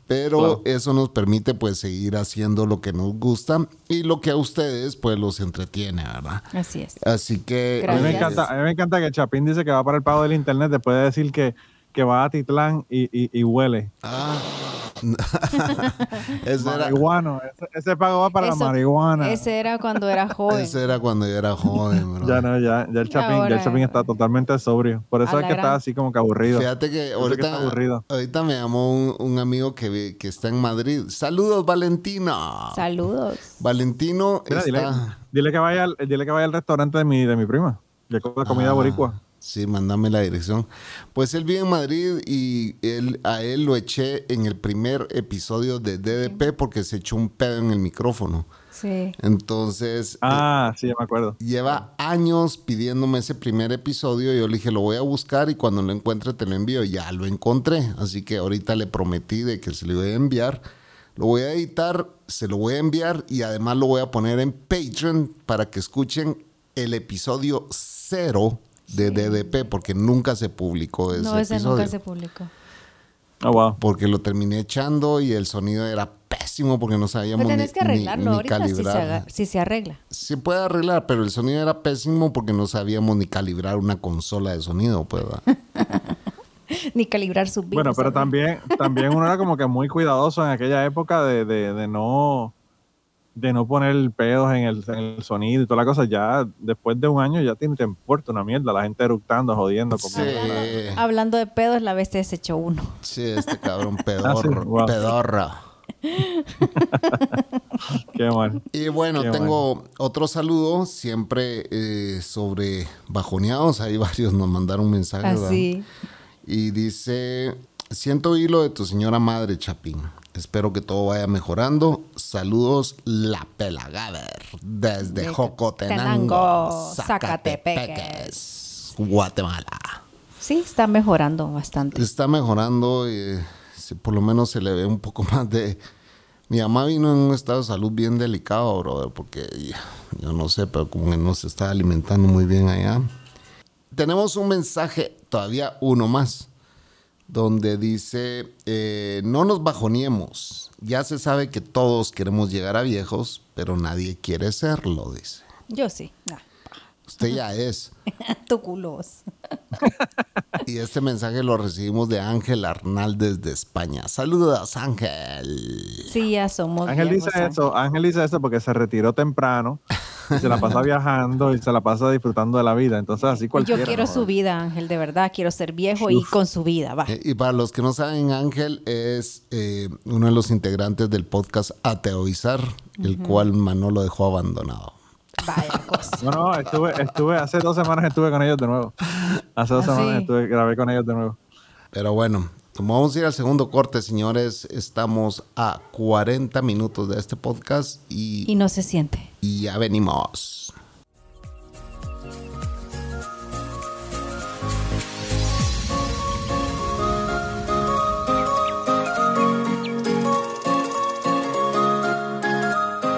Pero Claro. eso nos permite pues seguir haciendo lo que nos gusta y lo que a ustedes pues los entretiene, ¿verdad? Así es. Así que... A mí, me Gracias. encanta, a mí me encanta que Chapín dice que va para el pago del internet después de decir que, que va a Titlán y, y- y huele. Eso era, Marihuano. Ese, ese pago va para Eso- la marihuana. Ese era cuando (laughs) era joven. eso era cuando yo era joven, bro. Ya no, ya, ya el Chapín, ya Ahora- eh, el Chapín está totalmente sobrio. Por A eso es la que gran- está así como que aburrido. Fíjate Yo sé que que ahorita, está aburrido. ahorita me llamó un, un amigo que, vi- que está en Madrid. Saludos, Valentino. Saludos. Valentino Mira, dile, está... dile que vaya al, dile que vaya al restaurante de mi, de mi prima. Que come comida Ah, boricua. Sí, mándame la dirección. Pues él vive en Madrid y él, a él lo eché en el primer episodio de DDP porque se echó un pedo en el micrófono. Sí. Entonces, Ah, sí, ya me acuerdo. eh, lleva años pidiéndome ese primer episodio. Yo le dije, lo voy a buscar y cuando lo encuentre te lo envío. Ya lo encontré. Así que ahorita le prometí de que se lo voy a enviar. Lo voy a editar, se lo voy a enviar y además lo voy a poner en Patreon para que escuchen el episodio cero de DDP porque nunca se publicó ese No, ese episodio nunca se publicó. Ah, wow. porque lo terminé echando y el sonido era pésimo porque no sabíamos Pero ni, tenés que ni- arreglarlo ni ahorita si se, calibrar. aga- si se arregla. (laughs) Se puede arreglar, pero el sonido era pésimo porque no sabíamos ni calibrar una consola de sonido, pues. ¿verdad? Ni calibrar sus Bueno, virus, pero ¿sabes? (laughs) también, también uno era como que muy cuidadoso en aquella época de, de- de no de no poner pedos en el, en el sonido y toda la cosa. Ya después de un año ya tiene te importa una mierda, la gente eructando, jodiendo, Sí, comiendo. Hablando de pedos, la bestia desechó uno. Eh, sí, este cabrón pedorro, Ah, sí, wow. pedorra. Qué mal. Y bueno, Qué tengo otro saludo, siempre eh, sobre bajoneados. Hay varios nos mandaron mensajes. ¿verdad? Así. Y dice, siento hilo de tu señora madre, Chapín. Espero que todo vaya mejorando. Saludos, La Pelagaber, desde De Jocotenango, Tenango, Zacatepeques, Guatemala. Sí, está mejorando bastante. pues, Está mejorando, eh, si por lo menos se le ve un poco (laughs) más de... Mi mamá vino en un estado de salud bien delicado, brother, porque ya, yo no sé, pero como que no se está alimentando muy bien allá. Tenemos un mensaje, todavía uno más, donde dice, eh, no nos bajoniemos. Ya se sabe que todos queremos llegar a viejos, pero nadie quiere serlo, dice. Yo sí. Nah. (laughs) Usted ya es. tu culos. Y este mensaje lo recibimos de Ángel Arnal desde España. Saludos, Ángel. Sí, ya somos. Ángel dice viejos, Ángel. eso, Ángel dice eso porque se retiró temprano y se la (laughs) pasa viajando y se la pasa disfrutando de la vida. Entonces así cualquiera. Yo quiero ¿no? su vida, Ángel, de verdad. Quiero ser viejo y con su vida, va. Eh, Y para los que no saben, Ángel es eh, uno de los integrantes del podcast Ateoizar, el cual Manolo dejó abandonado. Vaya cosa. No, no, estuve, estuve, hace dos semanas estuve con ellos de nuevo. Hace dos Ah, semanas sí. estuve, grabé con ellos de nuevo. Pero bueno, como vamos a ir al segundo corte, señores, estamos a 40 minutos de este podcast Y no se siente. y ya venimos.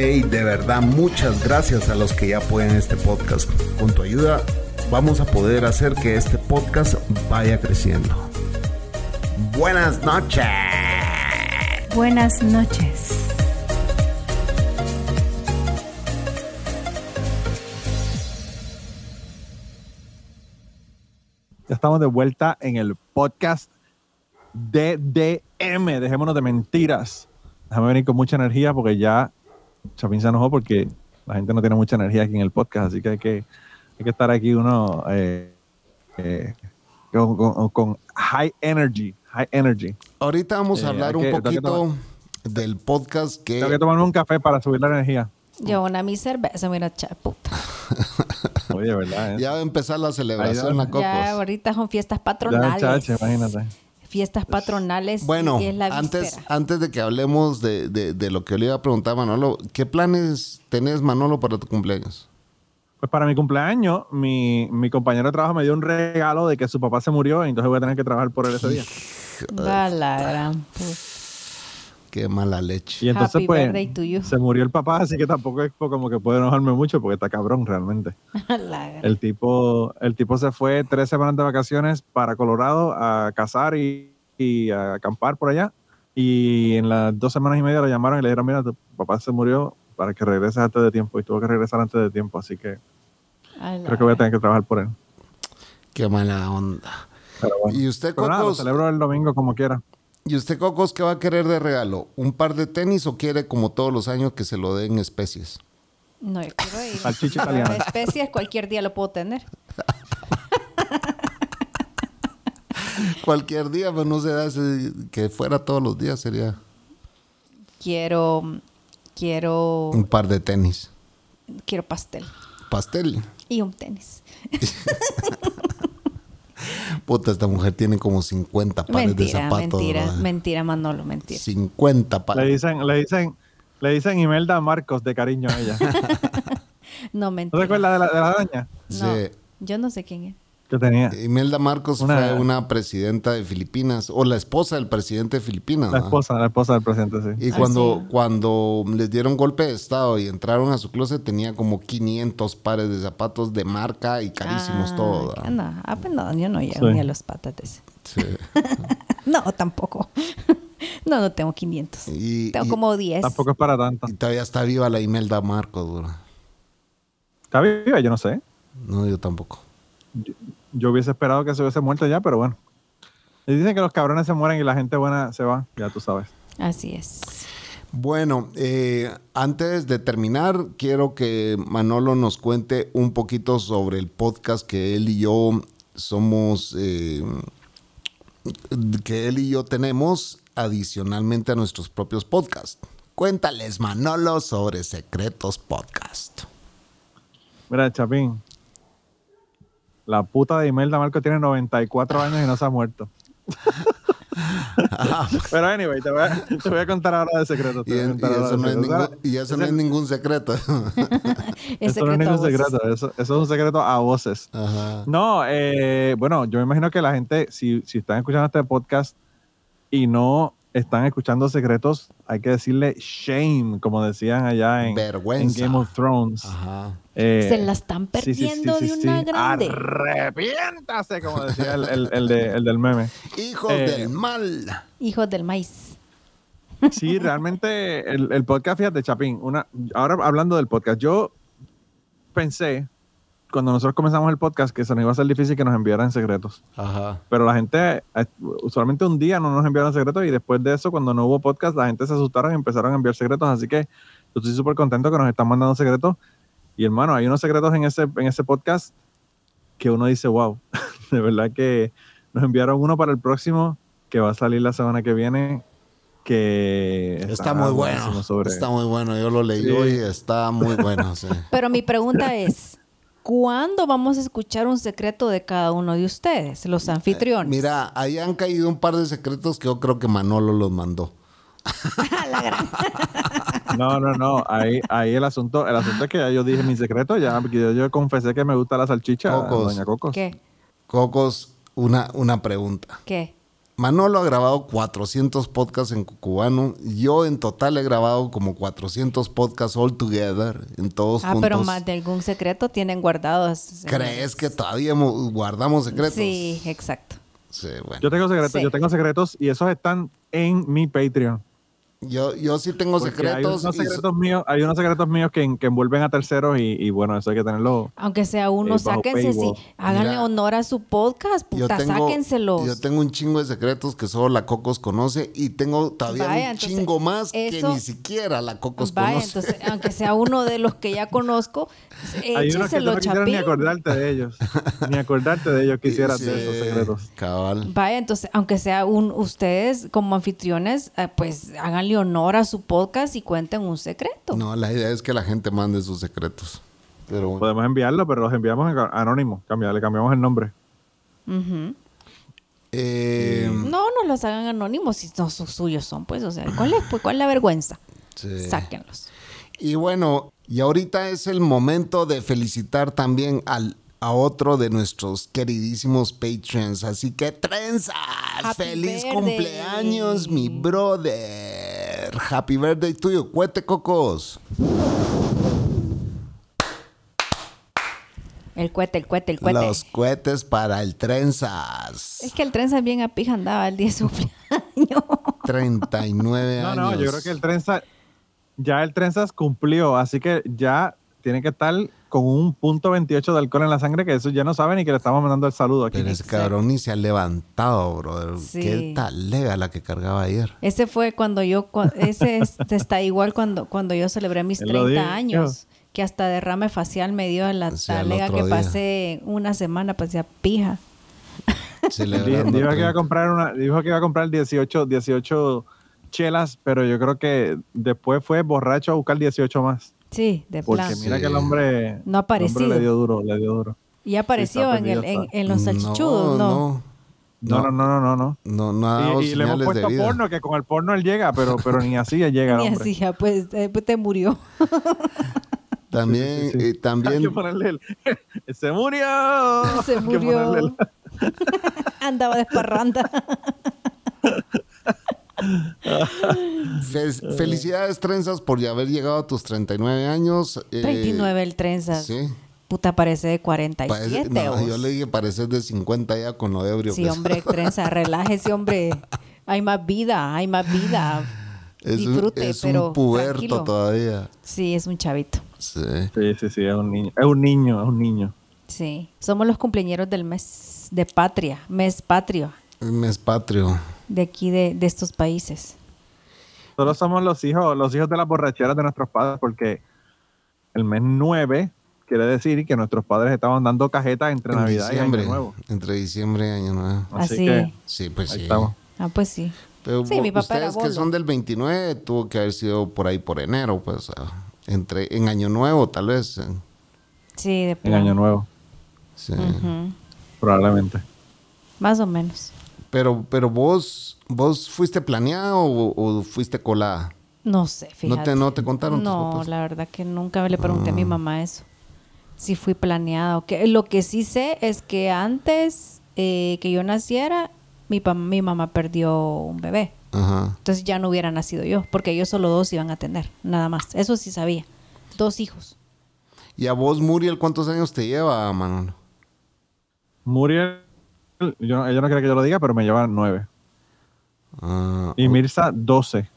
Hey, de verdad, muchas gracias a los que ya apoyan este podcast. Con tu ayuda vamos a poder hacer que este podcast vaya creciendo. Buenas noches. Buenas noches. Ya estamos de vuelta en el podcast DDM. Dejémonos de mentiras. Déjame venir con mucha energía porque ya Chapín se enojó porque la gente no tiene mucha energía aquí en el podcast. Así que hay que, hay que estar aquí uno eh, eh, con, con- con high energy. High energy. Ahorita vamos Eh, a hablar hay que- un tengo que poquito del podcast que... Tengo que tomarme un café para subir la energía. Oh. Yo una mi cerveza, mira, cha, puta. Oye, ¿verdad? eh? (laughs) Ya va a empezar la Ahí celebración, va. la Cocos. Ya ahorita son fiestas Ya, patronales. chache, imagínate. Fiestas patronales. Bueno, y es la antes, víspera. antes de que hablemos de, de- de lo que yo le iba a preguntar a Manolo, ¿qué planes tenés, Manolo, para tu cumpleaños? Pues para mi cumpleaños, mi, mi compañero de trabajo me dio un regalo de que su papá se murió, entonces voy a tener que trabajar por él ese día. Va la gran puta. Qué mala leche. Y entonces, Happy pues, birthday to you. se murió el papá, así que tampoco es como que puedo enojarme mucho porque está cabrón realmente. (laughs) La gran- El tipo, el tipo se fue tres semanas de vacaciones para Colorado a cazar y, y a acampar por allá. Y en las dos semanas y media lo llamaron y le dijeron, mira, tu papá se murió para que regreses antes de tiempo. Y tuvo que regresar antes de tiempo, así que a la creo que voy gran- a tener que trabajar por él. Qué mala onda. Pero bueno. ¿Y usted, Pero nada, lo Cocos? celebro el domingo como quiera. ¿Y usted, Cocos, qué va a querer de regalo? ¿Un par de tenis o quiere, como todos los años, que se lo (laughs) den especies? No, yo quiero ir. Salchicha Pero de italiana. Especies, cualquier día lo puedo tener. Cualquier día, pero no se da ese- que fuera todos los días, sería Quiero, quiero, un par de tenis. quiero pastel Pastel. y un tenis. Puta, esta mujer tiene como 50 pares de Mentira, zapatos. mentira, ¿verdad? mentira, Manolo, mentira. 50 Le pares. dicen, le dicen, le dicen Imelda Marcos de cariño a ella. No, ¿No te mentira. acuerdas de la, de la araña No, Sí. yo no sé quién es. que tenía? Imelda Marcos Una- fue una presidenta de Filipinas, o la esposa del presidente de Filipinas. La ¿no? esposa, la esposa del presidente, sí. Y Ah, cuando, sí. cuando les dieron golpe de estado y entraron a su closet, tenía como 500 pares de zapatos de marca y carísimos Ah, todo. que ¿no? No, ah, pues no, yo no llego Sí. ni a los patates. (laughs) Sí. No, tampoco. (laughs) no, no tengo 500. Y, tengo y- como 10. Tampoco es para tanto. y todavía está viva la Imelda Marcos, bro. ¿Está viva? Yo no sé. No, yo tampoco. Yo hubiese esperado que se hubiese muerto ya, pero bueno. Y dicen que los cabrones se mueren y la gente buena se va, ya tú sabes. Así es. Bueno, eh, antes de terminar, quiero que Manolo nos cuente un poquito sobre el podcast que él y yo somos, eh, que él y yo tenemos adicionalmente a nuestros propios podcasts. Cuéntales, Manolo, sobre Secretos Podcast. Mira, Chapín. La puta de Imelda Marco tiene 94 años y no se ha muerto. (laughs) Pero anyway, te voy, a, te voy a contar ahora de secreto. te Ah, Y, voy a en- y contar ahora de eso no secreto. es ningún, y eso no es (laughs) ningún secreto. Es Eso secreto no es a ningún voces. secreto, eso, eso es un secreto a voces. Ajá. No, eh, bueno, yo me imagino que la gente, si, si están escuchando este podcast y no están escuchando secretos, hay que decirle shame, como decían allá en, Vergüenza. en Game of Thrones. Ajá. Eh, Se la están sí, sí, sí, perdiendo sí, sí. de una grande. Arrepiéntase, como decía el, el- el de- el del meme. Hijos Eh, del mal. Hijos del maíz. Sí, realmente el, el podcast, fíjate, Chapín, una, ahora hablando del podcast, yo pensé, cuando nosotros comenzamos el podcast, que se nos iba a ser difícil que nos enviaran secretos. Ajá. Pero la gente, eh, usualmente un día no nos enviaron secretos y después de eso, cuando no hubo podcast, la gente se asustaron y empezaron a enviar secretos. Así que yo estoy súper contento que nos están mandando secretos. Y hermano, hay unos secretos en ese, en ese podcast que uno dice, wow, (laughs) de verdad que nos enviaron uno para el próximo que va a salir la semana que viene. Que Está, muy bueno. buenísimo sobre- Está muy bueno. Yo lo leí Sí. hoy. Está muy (laughs) bueno. sí. Pero mi (laughs) pregunta es, ¿cuándo vamos a escuchar un secreto de cada uno de ustedes, los anfitriones? Eh, Mira, ahí han caído un par de secretos que yo creo que Manolo los mandó. No, no, no. Ahí, ahí el asunto, el asunto es que ya yo dije mi secreto, ya yo, yo confesé que me gusta la salchicha, Cocos. doña Cocos. ¿Qué? Cocos, una, una pregunta. ¿Qué? Manolo ha grabado 400 podcasts en cubano. Yo en total he grabado como 400 podcasts all together, en todos Ah, juntos. pero más de algún secreto tienen guardados. ¿Crees que todavía mo- guardamos secretos? Sí, exacto. Sí, bueno. Yo tengo secretos, Sí. yo tengo secretos y esos están en mi Patreon. Yo, yo sí tengo Porque secretos. Hay unos y so- secretos míos, hay unos secretos míos que, en- que envuelven a terceros y, y bueno, eso hay que tenerlo. Aunque sea uno, Eh, bajo sáquense, sí. paywall. Háganle Mira, honor a su podcast, yo puta, tengo- sáquenselos. Yo tengo un chingo de secretos que solo la Cocos conoce y tengo todavía Vaya, un entonces, chingo más que eso- ni siquiera la Cocos Vaya, conoce. entonces, aunque sea uno de los que ya conozco, (laughs) Hay unos que tú échenselo, no quisieras chapín. ni acordarte de ellos. ni acordarte de ellos quisieras (laughs) Sí, de esos secretos. Cabal. Vaya, entonces, aunque sea un, ustedes como anfitriones, eh, pues háganle honor a su podcast y cuenten un secreto. No, la idea es que la gente mande sus secretos. Pero bueno. Podemos enviarlo, pero los enviamos en- anónimo. Cambia- le cambiamos el nombre. Ujú. Eh, No, no los hagan anónimos si no sus suyos son, pues, o sea, ¿cuál es, pues, cuál es la vergüenza? sí. Sáquenlos. Y bueno, y ahorita es el momento de felicitar también al, a otro de nuestros queridísimos patrons. Así que trenzas, Happy feliz birthday. cumpleaños, mi brother. Happy birthday tuyo, cuete cocos. El cohete, el cohete, el cohete. Los cohetes para el trenzas. (laughs) Es que el tren bien a pija andaba el día de su (laughs) cumpleaños. 39 No, años. no, yo creo que el trenza, ya el trenzas cumplió, así que ya tiene que estar con un punto 28 de alcohol en la sangre, que eso ya no saben y que le estamos mandando el saludo aquí. Pero ese cabrón ni se ha levantado, brother. Sí. Qué talega la que cargaba ayer. (laughs) Ese fue cuando yo, cua- ese es- está igual cuando, cuando yo celebré (laughs) mis Él lo 30 dijo. años, que hasta derrame facial me dio en la Sí, Pues al talega otro que día. pasé una semana, pasé a pija. Di- Celebrando Dijo que iba a 30. comprar una, dijo que iba a comprar 18, 18 chelas, pero yo creo que después fue borracho a buscar 18 más. Sí, de Porque plan. mira Sí. que el hombre, No ha el hombre aparecido. le dio duro, le dio duro. Y apareció está en, el, perdido, en, está. en los salchichudos, ¿no? No, no, no, no, no. no. No, no ha dado Y, y le hemos Ah, señales de puesto vida. (laughs) porno, que con el porno él llega, pero, pero ni así él llega (laughs) el Ni hombre. así, ya, pues, eh, pues, te murió. También, eh, Hay que también, ponerle el- (laughs) se murió. Hay (laughs) Se que murió. ponerle el- Andaba de (laughs) parranda. Eh. fe- felicidades trenzas por ya haber llegado a tus 39 años. eh, 39 el trenzas. Sí. Puta, parece de 47. Parece- no, vos. yo le dije pareces de 50 ya con lo ebrio. Sí, que hombre, estás. trenza, relájese, hombre. Hay más vida, hay más vida. (laughs) Es, un- Disfrute, es pero un puberto tranquilo. todavía. Sí, es un chavito. Sí. Sí, sí, sí, es un niño. Es un niño, es un niño. Sí. Somos los cumpleañeros del mes de patria, mes patrio, El mes patrio. de aquí, de, de estos países. Solo somos los hijos, los hijos de las borracheras de nuestros padres, porque el mes 9 quiere decir que nuestros padres estaban dando cajetas entre En Navidad diciembre, y Año Nuevo. Entre diciembre y año nuevo. Así Así. que- Sí, pues Ahí sí. estamos. Ah, pues sí. Pero Sí, vo- mi papá era ustedes que bolo. son del 29 tuvo que haber sido por ahí por enero, pues ah, entre en año nuevo tal vez. eh, Sí, de En plano. Año Nuevo, sí. Ujú. probablemente. Más o menos. Pero pero vos vos fuiste planeado o, o fuiste colada? No sé, fíjate. ¿No te no te contaron tus No, papás? Ah. la verdad que nunca le pregunté a mi mamá eso. Si fui planeado. Que, lo que sí sé es que antes eh, que yo naciera, mi, pa- mi mamá perdió un bebé. Ajá. Entonces ya no hubiera nacido yo, porque ellos solo dos iban a tener, nada más. Eso sí sabía. Dos hijos. ¿Y a vos Muriel cuántos años te lleva, Manolo? Muriel, yo, no- ella no quiere que yo lo diga, pero me lleva 9. Ah, Y Mirza, 12.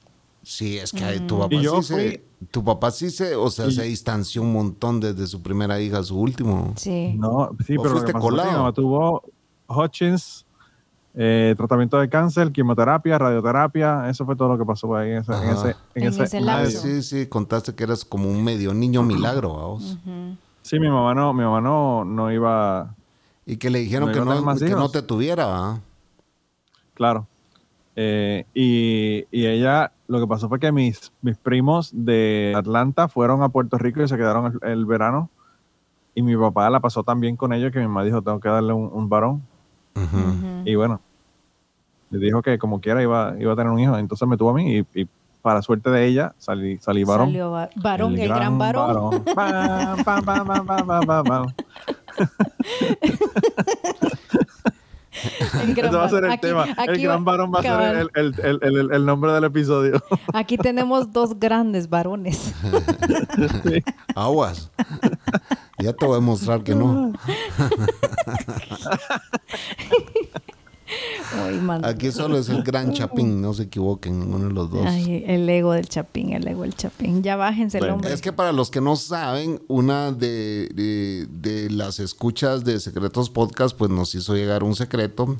sí, es que ahí tu papá Mm. Y sí yo se tu papá sí se, o sea, se distanció un montón desde su primera hija a su último. Sí. No, sí, ¿O pero lo fuiste que pasó fue que mi colado? mamá tuvo Hutchins, eh, tratamiento de cáncer, quimioterapia, radioterapia, eso fue todo lo que pasó por ahí en ese, en Ajá. ese, en En ese ese Ah, lapso. medio. sí, sí, contaste que eras como un medio niño milagro a vos. Mm. Sí, mi mamá no, mi mamá no, no iba, Y que le dijeron No que, iba a tener no, más que no hijos. te tuviera, ¿va? claro. Eh, y, y ella, lo que pasó fue que mis, mis primos de Atlanta fueron a Puerto Rico y se quedaron el, el verano. Y mi papá la pasó tan bien con ellos que mi mamá dijo, tengo que darle un, un varón. Y bueno, le dijo que como quiera iba, iba a tener un hijo. Entonces me tuvo a mí y, y para suerte de ella salí, salí varón. Salió va- varón, el, gran, varón. (laughs) varón. Pam, pam, pam, pam, pam, pam, pam. El gran Ese va a ser el varón. Aquí- tema. el aquí gran varón va a ser cabal. el, el- el- el- el- el nombre del episodio. Aquí tenemos dos grandes (laughs) varones. Aguas. Ya te voy a mostrar que (laughs) no. Ay, man. Aquí solo es el gran chapín, no se equivoquen ninguno de los dos. Ay, el ego del chapín, el ego del chapín. Ya bájense el Bueno. hombre. Es que para los que no saben, una de, de- de las escuchas de Secretos Podcast, pues nos hizo llegar un secreto.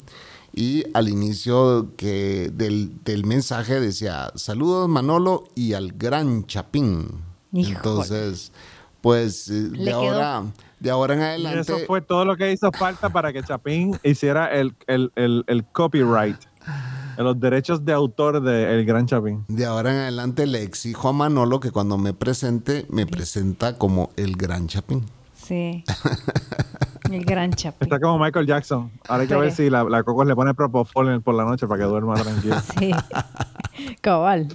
Y al inicio que del, del mensaje decía, saludos Manolo y al gran Chapín. Híjole. Entonces, pues eh, de quedó. ahora, de ahora en Y adelante, eso fue todo lo que hizo falta para que Chapín hiciera el, el- el- el copyright, los derechos de autor de El Gran Chapín. de ahora en adelante le exijo a Manolo que cuando me presente, me presenta como el gran Chapín. Sí. El gran chapín. Está como Michael Jackson. Ahora hay que Pero- ver si la, la Coco le pone propofol en- por la noche para que duerma (laughs) tranquilo. Sí. Cabal.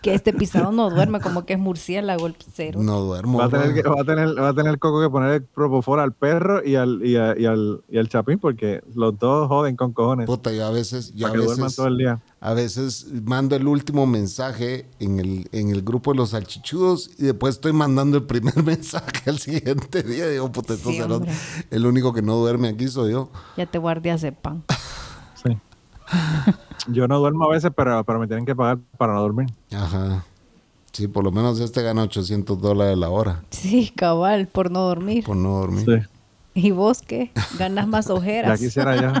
que este pisado no duerme como que es murciélago el cero. No duermo. Va a, tener ¿verdad? que- va, a tener, va a tener Coco que poner el propofol al perro y al, y, a- y al, y al Chapín porque los dos joden con cojones Puta, yo a veces, yo Pues, a para que duerman veces, todo el día. a veces mando el último mensaje en el, en el grupo de los salchichudos y después estoy mandando el primer (laughs) mensaje al siguiente día. Digo, puta, estos Sí, cerotes, hombre. el único que no duerme aquí soy yo. Ya te guardias de pan. (laughs) Sí. Yo no duermo a veces, pero, pero me tienen que pagar para no dormir. Ajá. Sí, por lo menos este gana 800 dólares la hora Sí, cabal, por no dormir. por no dormir. Sí. ¿Y vos qué? Ganas más Ya ojeras. quisiera yo.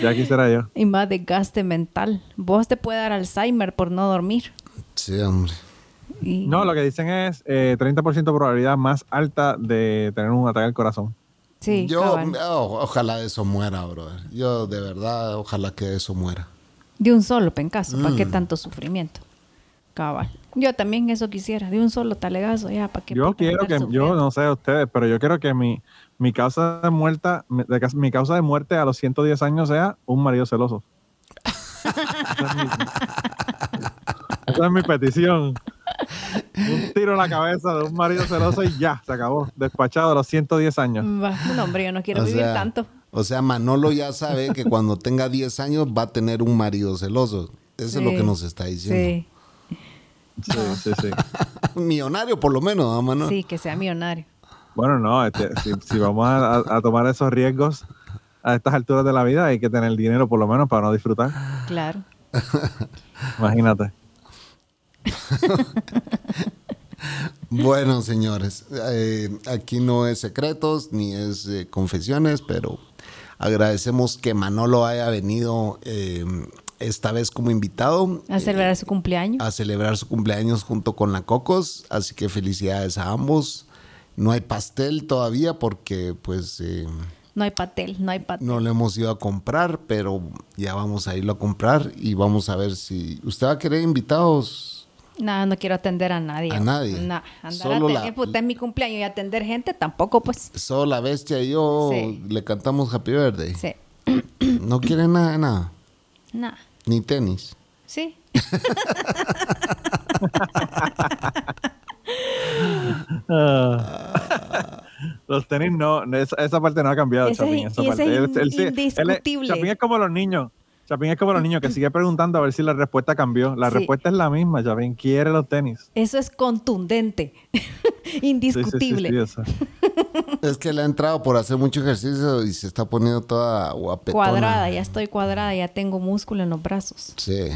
Ya quisiera yo. Y más desgaste mental. Vos te puede dar Alzheimer por no dormir. Sí, hombre. Y- No, lo que dicen es eh, 30% probabilidad más alta de tener un ataque al corazón. Sí, yo, cabal. o- ojalá eso muera, brother. Yo, de verdad, ojalá que eso muera. De un solo pencazo, ¿para Mm. qué tanto sufrimiento? Cabal. Yo también eso quisiera, de un solo talegazo, ya, ¿para qué? Yo puta quiero andar que, yo sufriendo? no sé ustedes, pero yo quiero que mi, mi causa de muerta, mi, de cas- mi causa de muerte a los 110 años sea un marido celoso. Esa es mi- esa es mi petición. Un tiro en la cabeza de un marido celoso y ya, se acabó. Despachado a los 110 años. Va, No, hombre, yo no quiero O vivir sea, tanto. O sea, Manolo ya sabe que cuando tenga 10 años va a tener un marido celoso. Eso es lo Sí, que nos está diciendo. Sí, Sí, sí, sí. (laughs) Millonario, por lo menos, ¿ah, Manolo? sí, que sea millonario. Bueno, no, este, si, si vamos a, a- a tomar esos riesgos a estas alturas de la vida, hay que tener dinero por lo menos para no disfrutar. Claro. Imagínate. Bueno, señores, eh, aquí no es secretos ni es eh, confesiones, pero agradecemos que Manolo haya venido eh, esta vez como invitado A celebrar su cumpleaños. a celebrar su cumpleaños junto con la Cocos, así que felicidades a ambos. No hay pastel todavía porque pues eh, No hay patel, no hay patel. no lo hemos ido a comprar, pero ya vamos a irlo a comprar y vamos a ver si usted va a querer invitados. Nada, no quiero atender a nadie. A nadie. Nah, andar Solo a la- atender, eh, puta, es mi cumpleaños y atender gente tampoco, pues. Solo la bestia y yo Sí. le cantamos Happy Birthday. Sí. (clears throat) No quiere nada de nada. Nada. Ni tenis. Sí. Los tenis no, no, esa, esa parte no ha cambiado, Ese es Chapín. in- esa ese parte. es Él- él sí- él es- indiscutible. Chapín es como los niños. Chapín es como (laughs) los niños que sigue preguntando a ver si la respuesta cambió. La Sí. respuesta es la misma. Chapín quiere los tenis. Eso es contundente. (laughs) Sí, sí, sí, Indiscutible. sí, o sea. Es que le ha entrado por hacer mucho ejercicio y se está poniendo toda guapetona. cuadrada, ya estoy cuadrada, ya tengo músculo en los brazos. Sí.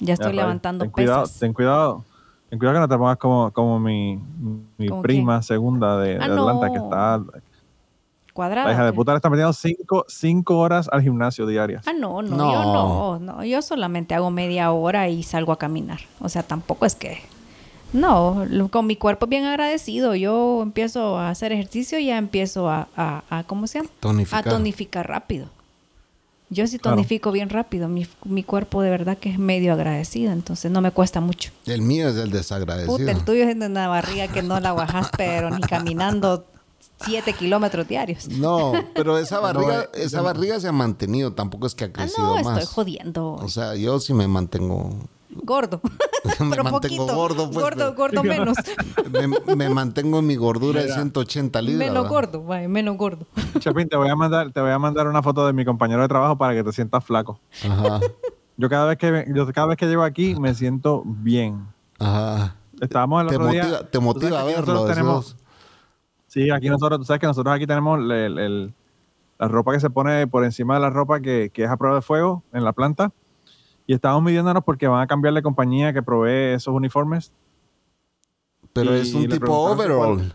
Ya estoy Ya, levantando ten Cuidado, pesas. ten cuidado. Ten cuidado que no te pongas como, como mi, mi ¿Cómo prima segunda de, de Ah, Atlanta no. que está... cuadrada. La hija de puta le está metiendo cinco, cinco horas al gimnasio diarias. ¿eh? Ah, no, no, No. yo no, no, yo solamente hago media hora y salgo a caminar. O sea, tampoco es que no, lo- con mi cuerpo bien agradecido, yo empiezo a hacer ejercicio y ya empiezo a, a- a- ¿cómo se llama? Tonificar. A tonificar rápido. Yo sí Claro. tonifico bien rápido, mi, mi cuerpo de verdad que es medio agradecido, entonces no me cuesta mucho. El mío es el Puta, desagradecido. el tuyo es de una barriga que no la bajas, pero ni caminando siete kilómetros diarios. (laughs) No, pero esa barriga, esa barriga se ha mantenido, tampoco es que ha eh, Ah, crecido no, más. estoy jodiendo. O sea, yo sí me mantengo Gordo. Me (laughs) Pero mantengo poquito. gordo, pues, gordo, pero- (laughs) gordo menos. Me, me mantengo en mi gordura de 180 (laughs) libras. menos ¿va? gordo, vaya, menos gordo. Chapín, te voy, a mandar, te voy a mandar una foto de mi compañero de trabajo para que te sientas flaco. Ajá, Yo cada vez que, ve- yo cada vez que llego aquí me siento bien. ajá. Estábamos el Te otro día- motiva- te tú sabes motiva que a aquí verlo, nosotros decís tenemos- vos. sí, aquí nosotros, tú sabes que nosotros aquí tenemos el- el- el- la ropa que se pone por encima de la ropa que, que es a prueba de fuego en la planta. Y estábamos midiéndonos porque van a cambiar la compañía que provee esos uniformes. Pero Y es un le tipo preguntaron que cuál- overall.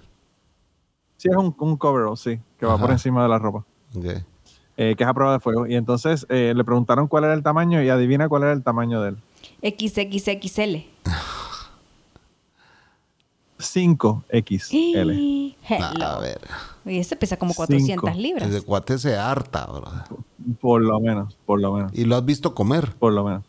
Sí, es un, un coverall, sí, que va Ajá. por encima de la ropa, Ok. eh, que es a prueba de fuego. Y entonces eh, le preguntaron cuál era el tamaño y adivina cuál era el tamaño de él. XXXL. (gasps) 5XL. Hello. A ver, Y este pesa como Cinco. 400 libras. ese cuate se harta, bro. Por lo menos, por lo menos. Y lo has visto comer. Por lo menos.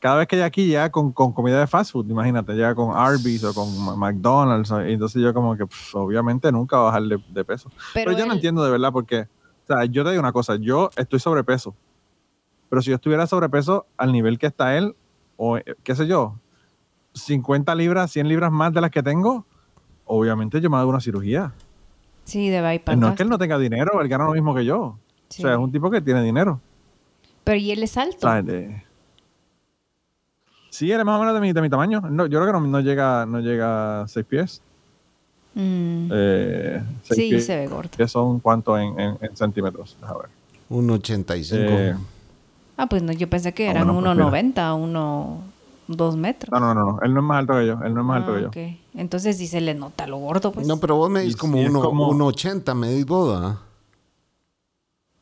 Cada vez que llega aquí, llega con, con comida de fast food, imagínate, llega con Arby's o con Ma- McDonald's. o- Y entonces yo como que, pff, obviamente, nunca va a bajar de, de peso. Pero, Pero yo no él- entiendo de verdad porque, o sea, yo te digo una cosa, yo estoy sobrepeso. Pero si yo estuviera sobrepeso al nivel que está él, o eh, qué sé yo, 50 libras, 100 libras más de las que tengo, obviamente yo me hago una cirugía. Sí, de bypass. No es que él no tenga dinero, él gana lo mismo que yo. Sí. O sea, es un tipo que tiene dinero. Pero y él es alto. Ah, de- Sí, era más o menos de mi, de mi tamaño. No, yo creo que no, no llega no llega a 6 pies. Mm. Eh, seis Sí, pies- se ve gordo. pies son cuánto en, en- en centímetros? Deja ver. Un 85. Eh, Ah, pues no, yo pensé que Ah, eran bueno, pues, 1,90, 1, 2 metros. no, no, no, no. Él no es más alto que yo. Él no es más alto que yo. Ah, ok. Entonces sí se le nota lo gordo, pues. no, pero vos me y dis como, si es uno, como- 1,80, me dis boda.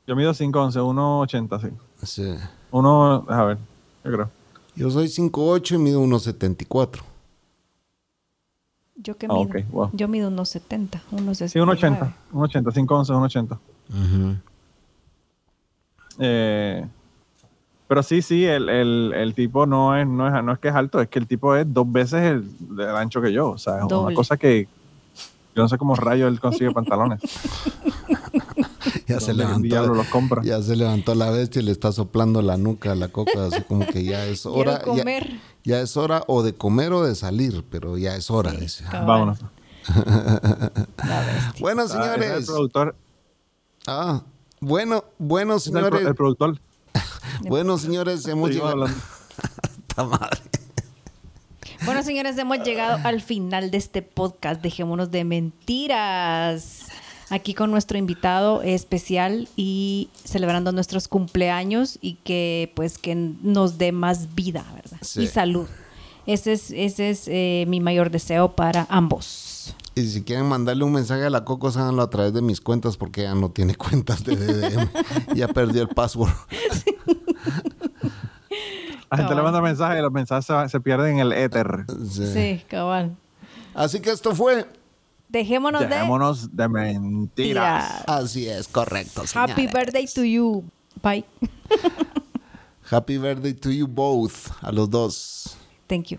Yo mido 5'11, 1'80, sí. ¿eh? Sí. Uno, deja ver, yo creo. Yo soy 5,8 y mido 1,74. Yo que Ah, mido. ok, wow. Yo mido unos 70, unos Sí, 1'80, 1'80, 5'11, 1'80. Eh, pero sí, sí, el, el- el tipo no es, no es no es que es alto, es que el tipo es dos veces el, el ancho que yo. O sea, es Doble. una cosa que yo no sé cómo rayo él consigue pantalones. Ya se, ¿Dónde el diablo levantó, los compra? ya se levantó la bestia y le está soplando la nuca a la coca, así como que ya (laughs) es Quiero hora. ya- comer. Ya, es hora o de comer o de salir, pero ya es hora, dice. (laughs) cabal. Vámonos. La bestia. Bueno, Ah, ese es El señores. productor, Ah, bueno, bueno, ese es el, pro- señores. el productor. Bueno, señores, hemos Seguimos llegado. hablando. (laughs) Puta madre. Bueno, señores, hemos llegado al final de este podcast. Dejémonos de mentiras. Aquí con nuestro invitado especial y celebrando nuestros cumpleaños y que pues que nos dé más vida, ¿verdad? Sí. Y salud. Ese es, ese es eh, mi mayor deseo para ambos. Y si quieren mandarle un mensaje a la Coco, háganlo a través de mis cuentas porque ya no tiene (laughs) cuentas de DDM. ya perdió el password. (laughs) La gente le manda mensajes y los mensajes se, va- se pierden en el éter. Sí. Sí, cabal. Así que esto fue. Dejémonos de Dejémonos de mentiras. mentiras. Así es, correcto. Señores. Happy birthday to you. Bye. Happy birthday to you both. A los dos. Thank you.